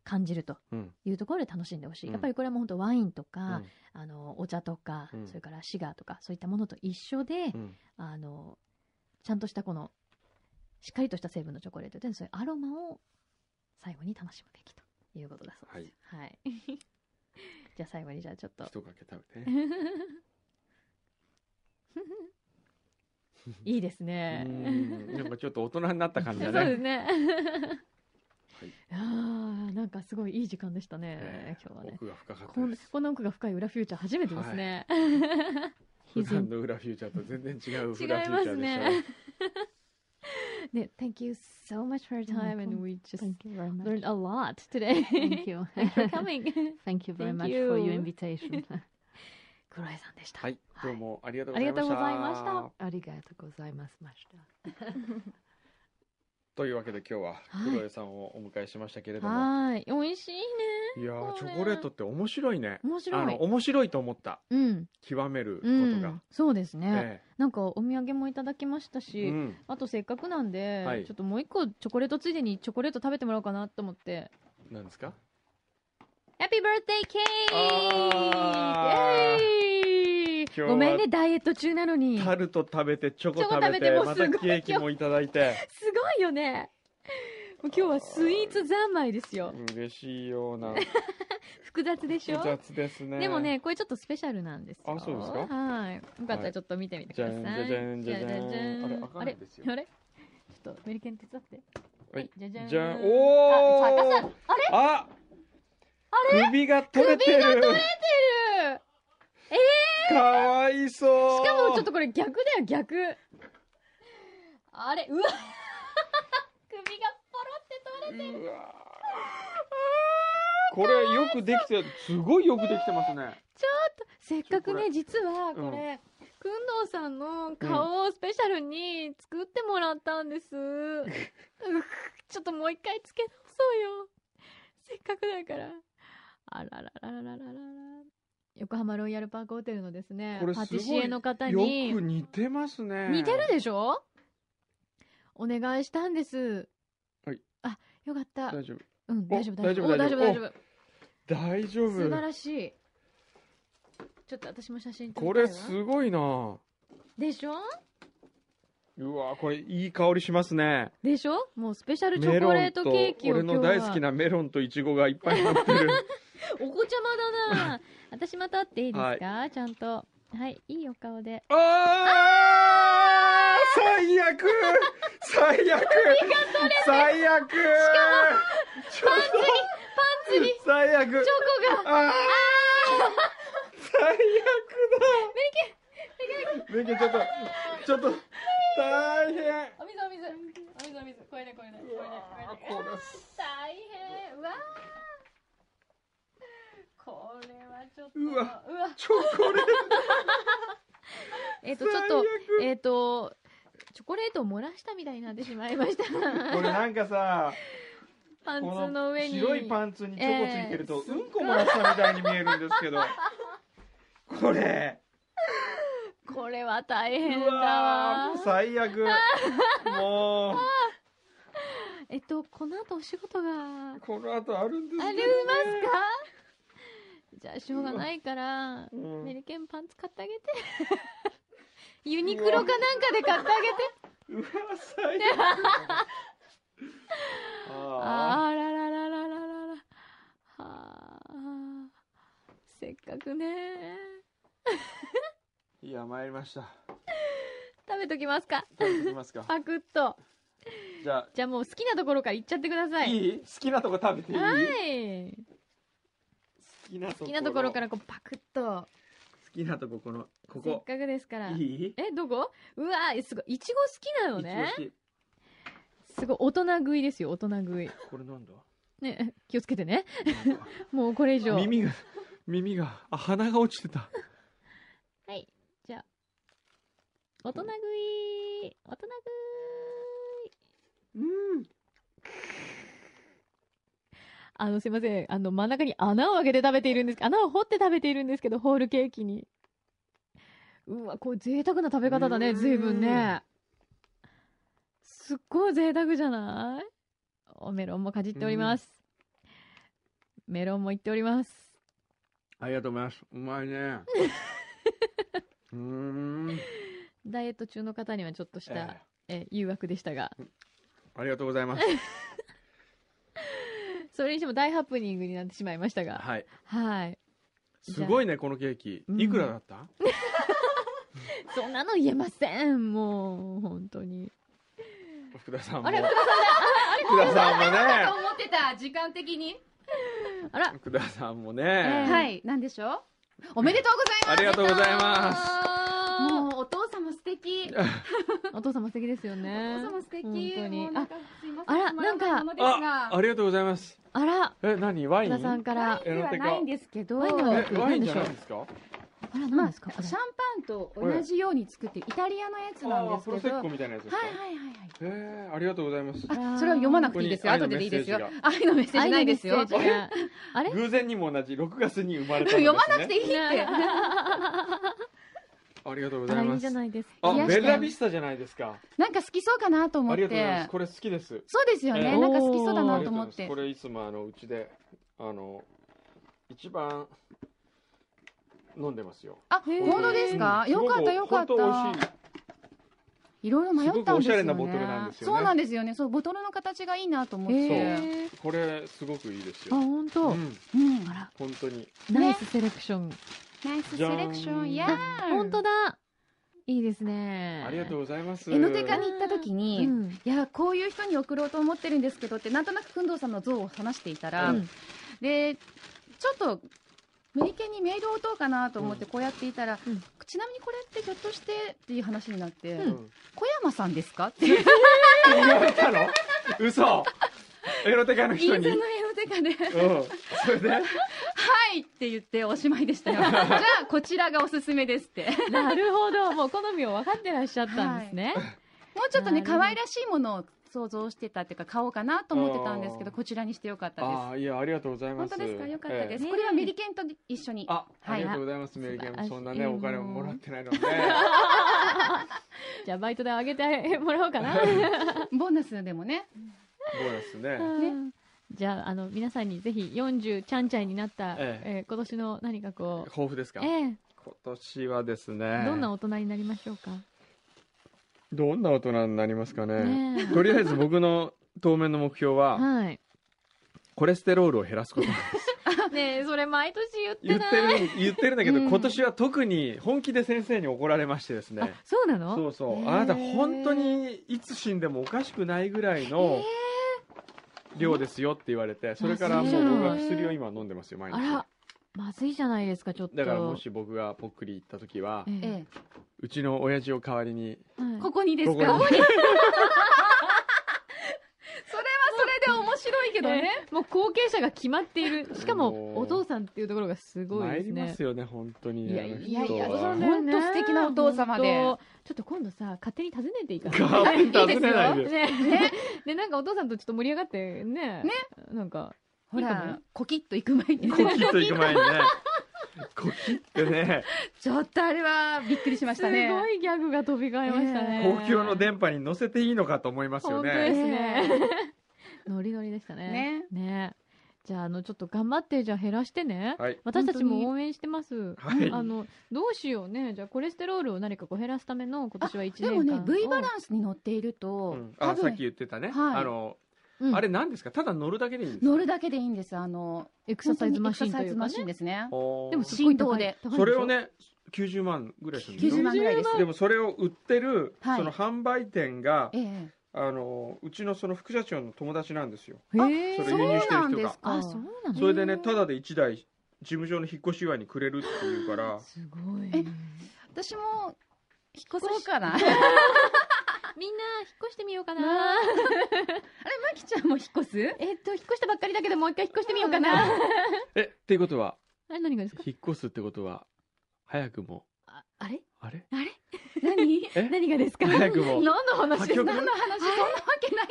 [SPEAKER 3] 感じると
[SPEAKER 2] うん
[SPEAKER 3] いうところで楽しんでほしい、
[SPEAKER 2] うん
[SPEAKER 3] やっぱりこれはもう本当ワインとか、
[SPEAKER 2] うん
[SPEAKER 3] あのお茶とか、
[SPEAKER 2] うん
[SPEAKER 3] それからシガーとかそういったものと一緒で、
[SPEAKER 2] うん
[SPEAKER 3] あのちゃんとしたこのしっかりとした成分のチョコレートでそういうアロマを最後に楽しむべきということだそうです。はい。 じゃあ最後にじゃあちょっと
[SPEAKER 2] 一かけ食べてね。
[SPEAKER 3] いいです
[SPEAKER 2] う
[SPEAKER 3] ね。
[SPEAKER 2] んなんかちょっと大人になった感じ
[SPEAKER 3] そ
[SPEAKER 2] だ
[SPEAKER 3] うです
[SPEAKER 2] ね。
[SPEAKER 3] ね。ああなんかすごいいい時間でしたね、
[SPEAKER 2] ええ
[SPEAKER 3] 今日はね。
[SPEAKER 2] 奥が深かっ
[SPEAKER 3] こ
[SPEAKER 2] た
[SPEAKER 3] ん
[SPEAKER 2] です。
[SPEAKER 3] こんな奥が深い裏フューチャー初めてですね。
[SPEAKER 2] 普段の裏フューチャーと全然違う裏
[SPEAKER 3] 違い
[SPEAKER 2] フュ
[SPEAKER 3] ま
[SPEAKER 2] ーチャ
[SPEAKER 3] す
[SPEAKER 2] ーでし
[SPEAKER 3] ね
[SPEAKER 2] た。
[SPEAKER 3] ね Thank you so much for your time and we just
[SPEAKER 4] Thank you very much.
[SPEAKER 3] learned a lot today.
[SPEAKER 4] Thank you.
[SPEAKER 3] Thanks for coming.
[SPEAKER 4] Thank you very
[SPEAKER 3] Thank
[SPEAKER 4] much for
[SPEAKER 3] you.
[SPEAKER 4] your invitation.
[SPEAKER 3] 黒井さんでした。
[SPEAKER 2] はい、どうもありがとう
[SPEAKER 3] あ
[SPEAKER 2] ござ
[SPEAKER 3] り
[SPEAKER 2] い
[SPEAKER 3] が
[SPEAKER 2] ま
[SPEAKER 3] とう
[SPEAKER 2] し
[SPEAKER 3] ございました
[SPEAKER 2] た。。
[SPEAKER 4] ありがとうございます。ました。
[SPEAKER 2] というわけで今日は
[SPEAKER 3] はい
[SPEAKER 2] 黒江さんをお迎えしましたけれども、
[SPEAKER 3] はい、美味しいね。
[SPEAKER 2] いや
[SPEAKER 3] そう
[SPEAKER 2] ー
[SPEAKER 3] ね
[SPEAKER 2] チョコレートって面白いね。
[SPEAKER 3] 面
[SPEAKER 2] あ
[SPEAKER 3] 白
[SPEAKER 2] の
[SPEAKER 3] い。
[SPEAKER 2] 面白いと思った
[SPEAKER 3] うん、
[SPEAKER 2] 極めるこ
[SPEAKER 3] う
[SPEAKER 2] とが
[SPEAKER 3] ん、、そうですね。
[SPEAKER 2] え
[SPEAKER 3] なんかお土産もいただきました
[SPEAKER 2] えう
[SPEAKER 3] し、
[SPEAKER 2] ん、
[SPEAKER 3] あとせっかくなん
[SPEAKER 2] は
[SPEAKER 3] で
[SPEAKER 2] い、
[SPEAKER 3] ちょっともう一個チョコレートついでにチョコレート食べてもらおうかなと思って。
[SPEAKER 2] なんですか
[SPEAKER 3] Happy birthday cake!
[SPEAKER 2] あ
[SPEAKER 3] イエーイ
[SPEAKER 2] 今日は
[SPEAKER 3] ごめんね、ダイエット中なのに。
[SPEAKER 2] タルト食べてチョコ食べて
[SPEAKER 3] チョコ
[SPEAKER 2] ま
[SPEAKER 3] 食
[SPEAKER 2] た
[SPEAKER 3] べてもうすごい
[SPEAKER 2] ケーキもいただいて
[SPEAKER 3] すごいよね。もう今日はスイーツ三昧ですよ。
[SPEAKER 2] 嬉しいような
[SPEAKER 3] 複雑でし
[SPEAKER 2] 複
[SPEAKER 3] ょ
[SPEAKER 2] 雑ですね
[SPEAKER 3] でもね、これちょっとスペシャルなんですよ。
[SPEAKER 2] あそうですか
[SPEAKER 3] はい。よかった
[SPEAKER 2] は
[SPEAKER 3] ら
[SPEAKER 2] い
[SPEAKER 3] ちょっと見てみてください。
[SPEAKER 2] じゃんじゃじゃんじゃじゃんあれ開か
[SPEAKER 3] あ
[SPEAKER 2] な
[SPEAKER 3] れ
[SPEAKER 2] いですよ
[SPEAKER 3] あれちょっとメリケン手伝って。
[SPEAKER 2] はい
[SPEAKER 3] じゃじゃん
[SPEAKER 2] じゃん
[SPEAKER 3] あ
[SPEAKER 2] おー
[SPEAKER 3] 逆さあれ
[SPEAKER 2] あ首が取れてる
[SPEAKER 3] 出る
[SPEAKER 2] かわいそう
[SPEAKER 3] しかもちょっとこれ逆だよ、逆。あれうわ 首がポロって取れ
[SPEAKER 2] うわーこれよくできてすごいよくできてますね
[SPEAKER 3] せっかく
[SPEAKER 2] こ
[SPEAKER 3] ね、
[SPEAKER 2] れ
[SPEAKER 3] 実はこれ、
[SPEAKER 2] うん
[SPEAKER 3] くんどうさんの顔をスペシャルに作ってもらった んです。うっちょっともう一回つけ直そうよ。せっかくだから。あらららららららら。横浜ロイヤルパークホテルのですね
[SPEAKER 2] これ、すご
[SPEAKER 3] パ
[SPEAKER 2] い
[SPEAKER 3] ティシエの方
[SPEAKER 2] よ
[SPEAKER 3] に
[SPEAKER 2] く、似てますね
[SPEAKER 3] 似てるでしょお願いしたんです。
[SPEAKER 2] はい
[SPEAKER 3] あ、よかった。
[SPEAKER 2] 大丈夫
[SPEAKER 3] うん、大丈夫、
[SPEAKER 2] お
[SPEAKER 3] 大丈夫。お大
[SPEAKER 2] 大丈
[SPEAKER 3] 丈夫、
[SPEAKER 2] 夫
[SPEAKER 3] 大
[SPEAKER 2] 大丈
[SPEAKER 3] 丈
[SPEAKER 2] 大丈
[SPEAKER 3] 夫。素晴
[SPEAKER 2] 夫
[SPEAKER 3] らしい。ちょっと私も写真撮り
[SPEAKER 2] こ
[SPEAKER 3] たいわ
[SPEAKER 2] れすごいな
[SPEAKER 3] でしょ
[SPEAKER 2] うわこれいい香りしますね
[SPEAKER 3] でしょもうスペシャルチ
[SPEAKER 2] メ
[SPEAKER 3] ョコ
[SPEAKER 2] ロ
[SPEAKER 3] レー
[SPEAKER 2] ン
[SPEAKER 3] ト
[SPEAKER 2] と
[SPEAKER 3] ケーキを
[SPEAKER 2] 俺
[SPEAKER 3] 今日
[SPEAKER 2] の
[SPEAKER 3] は
[SPEAKER 2] 大好きなメロンとイチゴがいっぱい乗ってる
[SPEAKER 3] お子ちゃまだ な私また会っていいですか、ちゃんとはいいいお 顔で
[SPEAKER 2] あー最悪最悪最悪し
[SPEAKER 3] パンツにパンつにチ
[SPEAKER 2] 最悪
[SPEAKER 3] ョコが。
[SPEAKER 2] あー最悪だメキちょっとちょっと大変
[SPEAKER 6] お水お水お水お水これねこれねこれねこれね大変うわーこれはちょっと
[SPEAKER 2] うわ
[SPEAKER 6] うわ
[SPEAKER 2] チョコレー
[SPEAKER 3] えっと、ちょっと、 えっと、チョコレートを漏らしたみたいになってしまい ました。
[SPEAKER 2] トこれなんかさ
[SPEAKER 3] パン
[SPEAKER 2] こ
[SPEAKER 3] ツの上に。
[SPEAKER 2] 白いパンツにチョコついてると、うんこ漏らしたみたいに見えるんですけ どこれ
[SPEAKER 3] これは大変
[SPEAKER 2] う
[SPEAKER 3] だ
[SPEAKER 2] わ
[SPEAKER 3] わ
[SPEAKER 2] ー。最悪もう
[SPEAKER 3] えっと、この後お仕事があり
[SPEAKER 2] この後あるんです
[SPEAKER 3] ますか
[SPEAKER 2] けどね
[SPEAKER 3] じゃあ、しょうがないから、
[SPEAKER 2] うん
[SPEAKER 3] メリケンパンツ買っ てあげて。ユニクロかなんかで買ってあげて。
[SPEAKER 2] うわ最 悪あ
[SPEAKER 3] あららららららら。はあ。せっかくね。
[SPEAKER 2] ーいや参りました
[SPEAKER 3] 食べときますか。
[SPEAKER 2] 食べてきますか
[SPEAKER 3] パクッと。
[SPEAKER 2] じゃ
[SPEAKER 3] じゃあもう好きなところから行っちゃってくだ
[SPEAKER 2] あ
[SPEAKER 3] さい。
[SPEAKER 2] いい好きなとこ食べていい
[SPEAKER 3] はい。
[SPEAKER 2] 好きなとこ
[SPEAKER 3] 好きなところからこうパクッ
[SPEAKER 2] 好
[SPEAKER 3] と。
[SPEAKER 2] きなとここのこ
[SPEAKER 3] せっ
[SPEAKER 2] こ
[SPEAKER 3] かくですから。
[SPEAKER 2] いい
[SPEAKER 3] え、どこうわすごい。いちご好きなのね
[SPEAKER 2] 一。押し
[SPEAKER 3] すごい。大人食いですよ、大人食い。
[SPEAKER 2] これ なんだ
[SPEAKER 3] ね、気をつけてね。もうこれ以上。
[SPEAKER 2] 耳が耳があ鼻が落ちてた
[SPEAKER 3] はい。じゃあ。大人食い大人食い
[SPEAKER 2] うん
[SPEAKER 3] あの、すいません。あの、真ん中に穴を開けて食べているんです、穴を掘って食べているんですけど、ホールケーキに。うわ、これ贅沢な食べ方だ
[SPEAKER 2] う
[SPEAKER 3] ね、
[SPEAKER 2] ーん
[SPEAKER 3] 随分ね。すっごい贅沢じゃないおメロンもかじっております。メロンもいっております。
[SPEAKER 2] ありがとうございますうまい ねうーん
[SPEAKER 3] ダイエット中の方にはちょっとした、
[SPEAKER 2] え
[SPEAKER 3] え誘惑でしたが、
[SPEAKER 2] ーありがとうございます
[SPEAKER 3] それにしても大ハプニングになってしまいましたが、
[SPEAKER 2] はい
[SPEAKER 3] はい。
[SPEAKER 2] すごいねこのケーキ
[SPEAKER 3] うん
[SPEAKER 2] いくらだった
[SPEAKER 3] そんなの言えません、もう、本当に。
[SPEAKER 2] 福田さんも
[SPEAKER 3] あれ、福田
[SPEAKER 2] 福田さんも
[SPEAKER 6] と
[SPEAKER 2] ね
[SPEAKER 6] 思ってた時間的に
[SPEAKER 3] あら、
[SPEAKER 2] 福田さんも
[SPEAKER 3] え
[SPEAKER 2] ね
[SPEAKER 6] はいなんでしょうおめでとうございます
[SPEAKER 2] ありがとうございます
[SPEAKER 3] あ
[SPEAKER 6] もうお父さんも素敵
[SPEAKER 3] ーお父様素敵ですよね。
[SPEAKER 6] お父さんも素敵
[SPEAKER 3] 本当に
[SPEAKER 6] もう。な
[SPEAKER 3] あ
[SPEAKER 6] ん、かすいません
[SPEAKER 3] あら
[SPEAKER 6] つまない
[SPEAKER 3] なんか
[SPEAKER 6] ものです
[SPEAKER 2] あ
[SPEAKER 6] が
[SPEAKER 2] ありがとうございます
[SPEAKER 3] あら、
[SPEAKER 2] え何ワイン
[SPEAKER 3] 福田さんから。
[SPEAKER 6] ではないんですけど
[SPEAKER 3] ワイン
[SPEAKER 2] え
[SPEAKER 3] は
[SPEAKER 2] ワインじゃないんですか
[SPEAKER 3] あ
[SPEAKER 6] ま
[SPEAKER 3] ら、何
[SPEAKER 6] あ、
[SPEAKER 3] です
[SPEAKER 6] シ
[SPEAKER 3] か、
[SPEAKER 6] ャン
[SPEAKER 3] こ
[SPEAKER 6] パ
[SPEAKER 3] れ。
[SPEAKER 6] ンと同じように作ってるイタリアのやつなんで
[SPEAKER 2] あー
[SPEAKER 6] す
[SPEAKER 2] プロ
[SPEAKER 6] け
[SPEAKER 2] セ
[SPEAKER 6] ど
[SPEAKER 2] ッ
[SPEAKER 6] はい
[SPEAKER 2] コ
[SPEAKER 6] はい
[SPEAKER 2] みたいなやつですか
[SPEAKER 6] はいはい
[SPEAKER 2] へえありがとうございます
[SPEAKER 6] あ、それは読まなくていいですよ。
[SPEAKER 2] ここ
[SPEAKER 6] 後で
[SPEAKER 2] に
[SPEAKER 6] でいいですよ
[SPEAKER 2] 愛のメ。
[SPEAKER 6] 愛のメッセージないですよ。
[SPEAKER 3] 愛のメッセージがあれ
[SPEAKER 2] 偶然にも同じ6月に生まれたのです、ね、
[SPEAKER 6] 読まなくていいって。
[SPEAKER 2] ありがとうご
[SPEAKER 3] あ
[SPEAKER 2] ざ
[SPEAKER 3] ら、
[SPEAKER 2] い
[SPEAKER 3] い
[SPEAKER 2] ま
[SPEAKER 3] いじ
[SPEAKER 2] す
[SPEAKER 3] ゃないですか。
[SPEAKER 2] あ
[SPEAKER 6] 癒やして
[SPEAKER 2] ベラビスタじゃないですか
[SPEAKER 6] なんか好きそうかなと思
[SPEAKER 2] あ
[SPEAKER 6] っ
[SPEAKER 2] りがとうございま
[SPEAKER 6] て
[SPEAKER 2] す。これ好きです
[SPEAKER 6] そうですよ
[SPEAKER 2] え
[SPEAKER 6] ね。
[SPEAKER 2] え
[SPEAKER 6] なんか好きそうだ
[SPEAKER 2] あ
[SPEAKER 6] な
[SPEAKER 2] り
[SPEAKER 6] と
[SPEAKER 2] がとう
[SPEAKER 6] 思
[SPEAKER 2] ござい
[SPEAKER 6] っ
[SPEAKER 2] ます
[SPEAKER 6] て
[SPEAKER 2] こ。れいつもあのうちであの一番飲んでますよ
[SPEAKER 6] あ、本当ですかよかったよかっ
[SPEAKER 2] 本当美味
[SPEAKER 6] た。
[SPEAKER 2] しい
[SPEAKER 6] いろいろ迷ったんです
[SPEAKER 2] すごくおしゃれ
[SPEAKER 6] よ
[SPEAKER 2] なボトルなん
[SPEAKER 6] ね
[SPEAKER 2] ですよね
[SPEAKER 6] そうなんですよね。そう、ボトルの形がいいなと思って。
[SPEAKER 3] へえ。
[SPEAKER 2] これすごくいいです
[SPEAKER 3] あ、
[SPEAKER 2] よ
[SPEAKER 3] 本当
[SPEAKER 6] う
[SPEAKER 2] う。ん
[SPEAKER 6] ん。
[SPEAKER 3] あら、
[SPEAKER 2] 本当に
[SPEAKER 3] ナイスセレクション。
[SPEAKER 6] ナイスセレクション。
[SPEAKER 2] じ
[SPEAKER 6] や
[SPEAKER 2] ゃん
[SPEAKER 6] ー。
[SPEAKER 3] 本当だ。いいですね。
[SPEAKER 2] ありがとうございます
[SPEAKER 6] エノテカに行った時に、
[SPEAKER 3] うん
[SPEAKER 6] いやこういう人に送ろうと思ってるんですけどってなんとなく工藤さんの像を話していたら、
[SPEAKER 3] うん
[SPEAKER 6] でちょっとメリケンにメールを打とうかなと思ってこうやっていたら、
[SPEAKER 3] うん
[SPEAKER 6] ちなみにこれってひょっとしてっていう話になって、
[SPEAKER 3] う
[SPEAKER 2] うん
[SPEAKER 6] 小山さんですかっていう
[SPEAKER 2] 言われたの嘘エロテカの
[SPEAKER 6] 印
[SPEAKER 2] 人
[SPEAKER 6] 刷のエ
[SPEAKER 2] にうん
[SPEAKER 6] ロテカで「は
[SPEAKER 2] それで
[SPEAKER 6] い!」って言っておしまいでした よじゃあこちらがおすすめですって
[SPEAKER 3] なるほど。もう好みを分かってらっしゃったんですね。
[SPEAKER 6] もうちょっとね
[SPEAKER 3] なるほど
[SPEAKER 6] 可愛らしいものを想像してたっていうか買おうかなと思ってたんですけど
[SPEAKER 2] あー
[SPEAKER 6] こちらにしてよかったです
[SPEAKER 2] ああいやありがとうございま
[SPEAKER 6] 本
[SPEAKER 2] す
[SPEAKER 6] 当ですかよかったです、
[SPEAKER 3] ええ
[SPEAKER 6] これはメリケンと一緒に
[SPEAKER 2] あ、
[SPEAKER 6] はい
[SPEAKER 2] ありがとうございます、メリケ
[SPEAKER 3] 素晴らし
[SPEAKER 2] ン。
[SPEAKER 3] い
[SPEAKER 2] そんなね、
[SPEAKER 3] もう
[SPEAKER 2] お金ももらってないので。
[SPEAKER 3] じゃあ、バイトであげてもらおうかな。
[SPEAKER 6] ボーナスでもね
[SPEAKER 2] そうですね。
[SPEAKER 3] うんじゃあ、あの、皆さんにぜひ40ちゃんちゃんになった、
[SPEAKER 2] ええ
[SPEAKER 3] えー今年の何かこう、
[SPEAKER 2] 豊富ですか、
[SPEAKER 3] え
[SPEAKER 2] 今年はです
[SPEAKER 3] え
[SPEAKER 2] ね。
[SPEAKER 3] どんな大人になりましょうか。
[SPEAKER 2] どんな大人になりますかね。
[SPEAKER 3] ね
[SPEAKER 2] とりあえず僕の当面の目標
[SPEAKER 3] え。
[SPEAKER 2] は、
[SPEAKER 3] はい。
[SPEAKER 2] コレステロールを減らすこと。
[SPEAKER 3] ねえ、それ毎年言って
[SPEAKER 2] 言っ
[SPEAKER 3] ない。
[SPEAKER 2] てる、言ってるんだけど、
[SPEAKER 3] うん
[SPEAKER 2] 今年は特に本気で先生に怒られましてです
[SPEAKER 3] あ
[SPEAKER 2] ね。、
[SPEAKER 3] そうなの
[SPEAKER 2] そうそ
[SPEAKER 3] へ
[SPEAKER 2] う。
[SPEAKER 3] え
[SPEAKER 2] あなた本当にいつ死んでもおかしくないぐらいの、量ですよって言われて、それからもう僕は薬を今飲んでますよ、毎
[SPEAKER 3] あ
[SPEAKER 2] 日。
[SPEAKER 3] ら、まずいじゃないですか、ちょっと。
[SPEAKER 2] だからもし僕がぽっくり行った時は、
[SPEAKER 3] ええ
[SPEAKER 6] え
[SPEAKER 2] うちの親父を代わりに、
[SPEAKER 6] え、
[SPEAKER 3] は
[SPEAKER 6] ここにです
[SPEAKER 2] こ
[SPEAKER 6] か
[SPEAKER 2] こに
[SPEAKER 6] それはそれで面白いけ
[SPEAKER 3] い
[SPEAKER 6] どね。
[SPEAKER 3] ええ もう後継者が決まっている。しかも、
[SPEAKER 2] もう
[SPEAKER 3] お父さんっていうところがすごい
[SPEAKER 2] 参
[SPEAKER 3] です
[SPEAKER 2] り
[SPEAKER 3] ね。
[SPEAKER 2] ますよね、本当に。
[SPEAKER 3] いや
[SPEAKER 2] あの人
[SPEAKER 3] いやい
[SPEAKER 2] は
[SPEAKER 3] や、お父さん
[SPEAKER 6] だよね
[SPEAKER 3] ほんと素敵なお父様で
[SPEAKER 6] ほんと。
[SPEAKER 3] ちょっと今度さ、勝手に訪ねていか
[SPEAKER 2] ガーッと
[SPEAKER 3] い
[SPEAKER 2] 尋
[SPEAKER 3] いです
[SPEAKER 2] ねない
[SPEAKER 3] よ。
[SPEAKER 2] で。
[SPEAKER 3] ね。ね、なんかお父さんとちょっと盛り上がってね。
[SPEAKER 6] ね。
[SPEAKER 3] なんか、
[SPEAKER 6] ほ
[SPEAKER 3] いいかもよ
[SPEAKER 6] ら、コキッと行く前に
[SPEAKER 2] コキッと行く前 にね。コキってね、
[SPEAKER 6] ちょっとあれはびっくりしまし
[SPEAKER 3] す
[SPEAKER 6] たね。
[SPEAKER 3] ごいギャグが飛び交いましたね。
[SPEAKER 2] 公共の電波に乗せていいのかと思いますよ
[SPEAKER 3] 本当
[SPEAKER 2] ね
[SPEAKER 3] で。すね
[SPEAKER 6] え。
[SPEAKER 3] ノリノリでしたね
[SPEAKER 6] ね。
[SPEAKER 3] ね。じゃあ、あの、ちょっと頑張って、じゃあ減らしてね。
[SPEAKER 2] はい。
[SPEAKER 3] 私たち
[SPEAKER 6] 本当に
[SPEAKER 3] も応援してます。
[SPEAKER 2] はい
[SPEAKER 3] あの、どうしようね。じゃあ、コレステロールを何かこう減らすための、今年は1年
[SPEAKER 6] で
[SPEAKER 3] 間を。
[SPEAKER 6] もね、V バランスに乗っていると、
[SPEAKER 2] うん
[SPEAKER 6] 多
[SPEAKER 2] あ、さっ
[SPEAKER 6] 分
[SPEAKER 2] き言ってたね。
[SPEAKER 6] はい
[SPEAKER 2] あの、
[SPEAKER 3] うん
[SPEAKER 2] あれ何ですかただ乗るだけでいいんですか
[SPEAKER 6] 乗るだけでいいんです。あの、
[SPEAKER 3] エクササイズマシン
[SPEAKER 6] 本
[SPEAKER 3] と
[SPEAKER 6] 当にエクササ
[SPEAKER 3] い
[SPEAKER 6] イズ
[SPEAKER 3] うか
[SPEAKER 6] マシン
[SPEAKER 3] ね。
[SPEAKER 6] ですね。
[SPEAKER 2] おー
[SPEAKER 3] でもすごい
[SPEAKER 6] 振
[SPEAKER 3] 高
[SPEAKER 6] 動
[SPEAKER 3] い
[SPEAKER 6] で。
[SPEAKER 3] 高い
[SPEAKER 2] そ
[SPEAKER 3] でし
[SPEAKER 2] れ
[SPEAKER 3] ょ
[SPEAKER 2] をね、90万ぐらいするんでしょ
[SPEAKER 6] 90万ぐらいです。
[SPEAKER 2] でもそれを売ってる、
[SPEAKER 6] はい
[SPEAKER 2] その販売店が
[SPEAKER 6] え、え。
[SPEAKER 2] あの、うちのその副社長の友達なんですよ。
[SPEAKER 3] へ
[SPEAKER 2] そ
[SPEAKER 3] ー
[SPEAKER 2] れ輸入してる人が。
[SPEAKER 3] あ、そうなの
[SPEAKER 2] それでね、ただで1台、事務所の引っ越し祝いにくれるっていうから、
[SPEAKER 3] すごい。
[SPEAKER 6] え
[SPEAKER 3] みんな
[SPEAKER 6] 私も、引っ越そうかな。あれ、
[SPEAKER 3] 引っ越してみようかな。
[SPEAKER 6] まきちゃんも引っ越す
[SPEAKER 3] えっと、引っ越したばっかりだけど、もう一回引っ越してみようかな。
[SPEAKER 2] え、っていうことは、
[SPEAKER 3] え何がですか
[SPEAKER 2] 引っ越すってことは、早くも、
[SPEAKER 3] ああれ
[SPEAKER 2] あれ
[SPEAKER 3] 何
[SPEAKER 2] え
[SPEAKER 3] 何がですか
[SPEAKER 2] 早くも
[SPEAKER 3] 何の話で
[SPEAKER 2] 破
[SPEAKER 3] す
[SPEAKER 2] 局
[SPEAKER 3] か何の話そんなわけない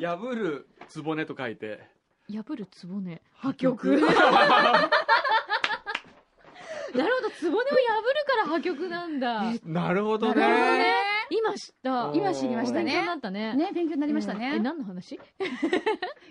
[SPEAKER 3] じゃない。
[SPEAKER 2] 破る壺と書いて、
[SPEAKER 3] 破るつぼね。
[SPEAKER 2] 破
[SPEAKER 3] 局
[SPEAKER 2] な
[SPEAKER 3] なるほど、つぼねを破るから破局なんだ。
[SPEAKER 2] るほど
[SPEAKER 3] なるほど
[SPEAKER 2] ね。
[SPEAKER 3] ね今知った。
[SPEAKER 2] おー
[SPEAKER 3] 今
[SPEAKER 6] 今知りました
[SPEAKER 3] 勉強に
[SPEAKER 6] ね
[SPEAKER 3] な。ったね。
[SPEAKER 6] ね、勉強になりました
[SPEAKER 3] うんえ、
[SPEAKER 6] ね。
[SPEAKER 3] 何の話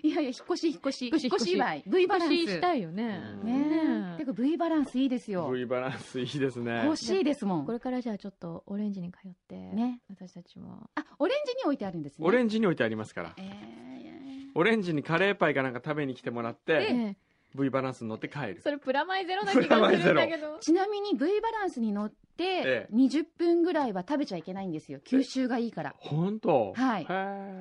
[SPEAKER 6] いやいや、引っ越し、引っ越し。
[SPEAKER 3] 引っ越し
[SPEAKER 6] 祝い。V バランス。
[SPEAKER 3] 引っ越ししたいよね。
[SPEAKER 2] うん
[SPEAKER 6] ねえ。てか V バランスいいですよ。
[SPEAKER 2] V バランスいいですね
[SPEAKER 6] 欲。しいですも
[SPEAKER 3] こ
[SPEAKER 6] ん。
[SPEAKER 3] れからじゃあちょっとオレンジに通って、
[SPEAKER 6] ね。
[SPEAKER 3] 私たちも。
[SPEAKER 6] あ、オレンジに置いてあるんですね。
[SPEAKER 2] オレンジに置いてありますから
[SPEAKER 6] え。ー
[SPEAKER 2] オレンジにカレーパイかなんか食べに来てもらって、
[SPEAKER 3] え
[SPEAKER 2] V バランスに乗って帰る。
[SPEAKER 3] それプラマイゼロな気がするんだけど。
[SPEAKER 6] ちなみに V バランスに乗って
[SPEAKER 2] ええ
[SPEAKER 6] 20分ぐらいは食べちゃいけないんですよ吸収がいいから
[SPEAKER 2] 本当
[SPEAKER 6] はい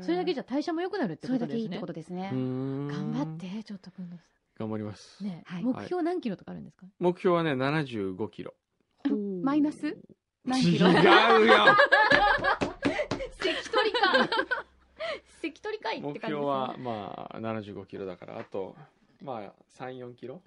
[SPEAKER 3] それだけ
[SPEAKER 2] じ
[SPEAKER 3] じゃ代謝も良くなるって
[SPEAKER 6] そ
[SPEAKER 3] こ
[SPEAKER 6] れ
[SPEAKER 3] と
[SPEAKER 6] だ
[SPEAKER 3] で
[SPEAKER 6] けいい
[SPEAKER 3] す
[SPEAKER 6] って
[SPEAKER 3] ね
[SPEAKER 6] こ。とですね
[SPEAKER 2] 頑
[SPEAKER 3] 頑張って。、ちょっと今度。
[SPEAKER 2] 頑張ります。
[SPEAKER 3] ね、
[SPEAKER 6] はい
[SPEAKER 3] 目標何キロとかあるんですか、
[SPEAKER 2] 目標はね、75キロ。
[SPEAKER 6] マイナス何キ
[SPEAKER 2] 違
[SPEAKER 6] ロ
[SPEAKER 2] うよ
[SPEAKER 3] 関取か関取かいって
[SPEAKER 2] 目
[SPEAKER 3] 感じです、ね、
[SPEAKER 2] 標は、まあ、75キロだから、あと、まあ、3、4キロ。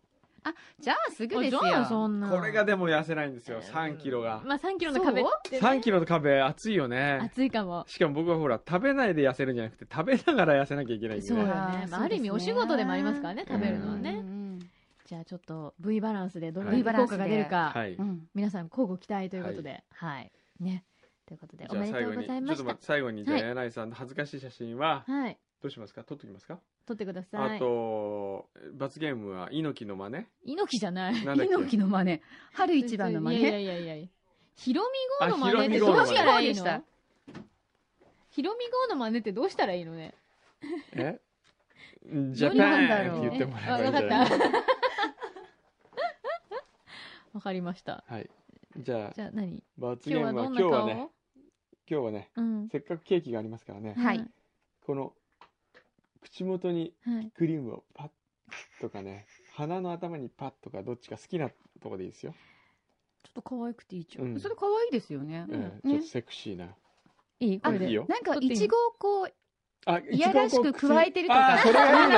[SPEAKER 6] じゃあすぐ
[SPEAKER 3] あ
[SPEAKER 6] ですよ
[SPEAKER 3] じゃあそんな
[SPEAKER 2] これがでも痩せないんですよ、3キロが。
[SPEAKER 3] まあ3キロの壁って、
[SPEAKER 2] 3キロの壁、熱いよね。
[SPEAKER 3] 熱いかも
[SPEAKER 2] しかも僕はほら、食べないで痩せるんじゃなくて、食べながら痩せなきゃいけないんで
[SPEAKER 3] そうよ
[SPEAKER 2] ね
[SPEAKER 3] ね。
[SPEAKER 6] あー
[SPEAKER 3] ま
[SPEAKER 6] そうです
[SPEAKER 3] あ、
[SPEAKER 6] ね
[SPEAKER 3] ある意味お仕事でもありますからね食べるのはね、
[SPEAKER 6] うん
[SPEAKER 3] じゃあちょっと V バランスでどれ
[SPEAKER 2] はい
[SPEAKER 3] だけ効果が出るか、
[SPEAKER 2] はい。
[SPEAKER 6] うんうん
[SPEAKER 3] 皆さん交互期待ということではい、ねということでお
[SPEAKER 2] じゃあ
[SPEAKER 3] めで
[SPEAKER 2] 最
[SPEAKER 3] と
[SPEAKER 2] 後
[SPEAKER 3] うご
[SPEAKER 2] に、
[SPEAKER 3] ざい
[SPEAKER 2] ちょ
[SPEAKER 3] ま
[SPEAKER 2] っと待っ
[SPEAKER 3] した
[SPEAKER 2] て、最後に、じゃあ、
[SPEAKER 3] はい
[SPEAKER 2] 柳井さんの恥ずかしい写真は、
[SPEAKER 3] はい
[SPEAKER 2] どうしますか撮っときますか
[SPEAKER 3] 撮ってくださ
[SPEAKER 2] あ
[SPEAKER 3] い
[SPEAKER 2] と、罰ゲームは、猪木 の真
[SPEAKER 3] 猪木じゃない
[SPEAKER 2] 似。なんだっけ
[SPEAKER 6] 猪木の真似春 一番の真
[SPEAKER 3] いや
[SPEAKER 6] 似
[SPEAKER 3] いやいやいやヒロミ号の真似
[SPEAKER 2] あ
[SPEAKER 3] って
[SPEAKER 2] ヒロミ号の
[SPEAKER 3] ど
[SPEAKER 2] 真似
[SPEAKER 3] うしたらい
[SPEAKER 6] ヒロミ号で
[SPEAKER 3] いの
[SPEAKER 6] した
[SPEAKER 3] ヒロミ号の真似ってどうしたらいいのね
[SPEAKER 2] えジャ
[SPEAKER 3] どれなん
[SPEAKER 2] パ
[SPEAKER 3] だ
[SPEAKER 2] ンっ
[SPEAKER 3] ろ
[SPEAKER 2] て
[SPEAKER 3] う
[SPEAKER 2] 言ってもらえばいい
[SPEAKER 3] わ
[SPEAKER 2] んじ
[SPEAKER 3] か
[SPEAKER 2] ゃな
[SPEAKER 3] っ
[SPEAKER 2] い
[SPEAKER 3] た わかりました
[SPEAKER 2] はい。じゃあ
[SPEAKER 3] じ、ゃあ何
[SPEAKER 2] 罰ゲ
[SPEAKER 3] 今
[SPEAKER 2] ー
[SPEAKER 3] 日は
[SPEAKER 2] ムは
[SPEAKER 3] どん
[SPEAKER 2] 今
[SPEAKER 3] な
[SPEAKER 2] 日
[SPEAKER 3] 顔
[SPEAKER 2] はね、今日はね、
[SPEAKER 3] うん
[SPEAKER 2] せっかくケーキがありますからね、
[SPEAKER 6] はい
[SPEAKER 2] この、口元に
[SPEAKER 3] はい
[SPEAKER 2] クリームをパッとかね、鼻の頭にパッとか、どっちか好きなとこでいいですよ。
[SPEAKER 3] ちょっと可愛くていいじゃん、
[SPEAKER 2] うん
[SPEAKER 6] それ可愛いですよね
[SPEAKER 2] うん
[SPEAKER 6] ね
[SPEAKER 2] ちょっとセクシーな。
[SPEAKER 3] いいこれ
[SPEAKER 2] いい
[SPEAKER 3] で
[SPEAKER 2] よ。
[SPEAKER 6] なんかいちごをこう
[SPEAKER 2] あ、
[SPEAKER 6] いやらしく加えてるとか
[SPEAKER 2] あー、それが いいね。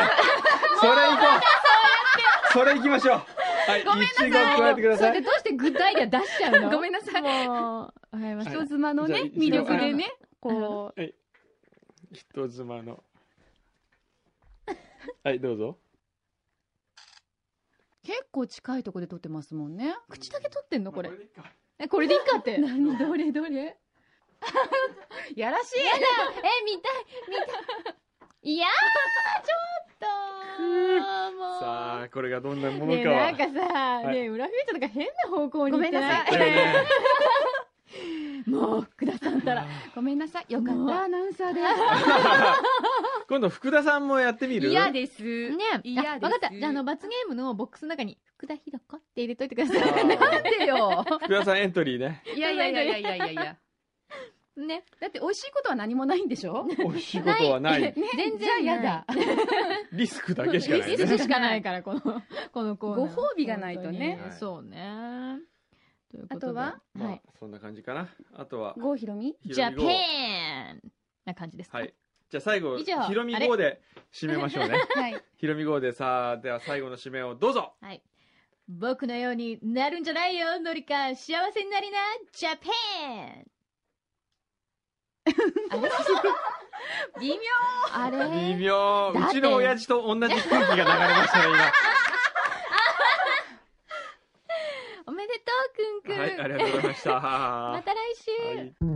[SPEAKER 2] それ行こう。それ行きましょう。はい、
[SPEAKER 6] ごめんなさい
[SPEAKER 2] いちご加えてくだ
[SPEAKER 3] それ
[SPEAKER 2] さ
[SPEAKER 3] で
[SPEAKER 2] い。
[SPEAKER 3] どうしてグッドアイデア出しちゃう の
[SPEAKER 6] ごめんなさい
[SPEAKER 3] もうわかりました
[SPEAKER 2] は
[SPEAKER 6] 人妻の
[SPEAKER 2] じゃあ
[SPEAKER 6] ね
[SPEAKER 2] いち
[SPEAKER 6] 魅
[SPEAKER 2] ご
[SPEAKER 6] 力でね
[SPEAKER 3] こ
[SPEAKER 2] はい。人妻の。はい、どうぞ。
[SPEAKER 6] 結構近いとこで撮ってますもんね
[SPEAKER 3] う口だけ取ってんのこれ
[SPEAKER 2] まあでいいか
[SPEAKER 3] えこれでいい かって
[SPEAKER 6] 何どれどれやらしい
[SPEAKER 3] え、見たい、見たい。いやー、ちょっともう。
[SPEAKER 2] さあ、これがどんなもの
[SPEAKER 3] ねえ、
[SPEAKER 2] か
[SPEAKER 3] なん
[SPEAKER 2] は。
[SPEAKER 3] かさ、
[SPEAKER 2] い
[SPEAKER 3] ねえ、裏フューチャーとか変な方向に行って
[SPEAKER 6] ご
[SPEAKER 2] だよね
[SPEAKER 3] もう、福田さんった ら。
[SPEAKER 6] ごめんなさいよか
[SPEAKER 3] もう
[SPEAKER 6] ったアナウンサーで
[SPEAKER 2] 今度福田さんもやってみる
[SPEAKER 6] 嫌
[SPEAKER 2] で
[SPEAKER 6] です
[SPEAKER 3] ねえ、
[SPEAKER 6] 嫌
[SPEAKER 3] あわ
[SPEAKER 6] です
[SPEAKER 3] かった。じゃあ、あの、罰ゲームのボックスの中に、福田ひろ子って入 れといてくださ い。
[SPEAKER 6] 待ってよ
[SPEAKER 2] 福田さんエントリーね
[SPEAKER 6] いやいやいやいやいやいやいや
[SPEAKER 3] ね。
[SPEAKER 6] だって美味しいことは何もないんでしょね
[SPEAKER 2] 美味しいこと はない。
[SPEAKER 3] 全
[SPEAKER 6] じゃあ
[SPEAKER 3] 然
[SPEAKER 6] やだ。
[SPEAKER 2] リスクだけしかない
[SPEAKER 3] リスク
[SPEAKER 2] ね。
[SPEAKER 3] しかないから、この、このコーナー。
[SPEAKER 6] ご褒美がないとね
[SPEAKER 3] 本当にそうね。ということで
[SPEAKER 6] あとは
[SPEAKER 2] ま
[SPEAKER 3] は
[SPEAKER 2] あ
[SPEAKER 3] い。、
[SPEAKER 2] そんな感じかな。あとは、
[SPEAKER 6] 郷ひろみ
[SPEAKER 2] ひ
[SPEAKER 3] ジ
[SPEAKER 2] ろ
[SPEAKER 3] ャ
[SPEAKER 2] み
[SPEAKER 3] パ
[SPEAKER 2] 号
[SPEAKER 3] ンな感じですか
[SPEAKER 2] はい。。じゃあ最後、
[SPEAKER 3] 以上
[SPEAKER 2] ひろみ号で締めましょうね。
[SPEAKER 6] はい。
[SPEAKER 2] ひろみ号でさあ、では最後の締めをどうぞ
[SPEAKER 3] はい。僕のようになるんじゃないよ、のりか。幸せになりな、ジャパン
[SPEAKER 6] 微妙
[SPEAKER 3] あれ
[SPEAKER 2] 微妙
[SPEAKER 3] だ
[SPEAKER 2] う
[SPEAKER 3] っ
[SPEAKER 2] ち
[SPEAKER 3] て
[SPEAKER 2] の親父と同じ空気が流れましたね、
[SPEAKER 3] おめでとう、くんく
[SPEAKER 2] 今。
[SPEAKER 3] ん。
[SPEAKER 2] はい、ありがとうございました。
[SPEAKER 3] また来週、
[SPEAKER 2] はい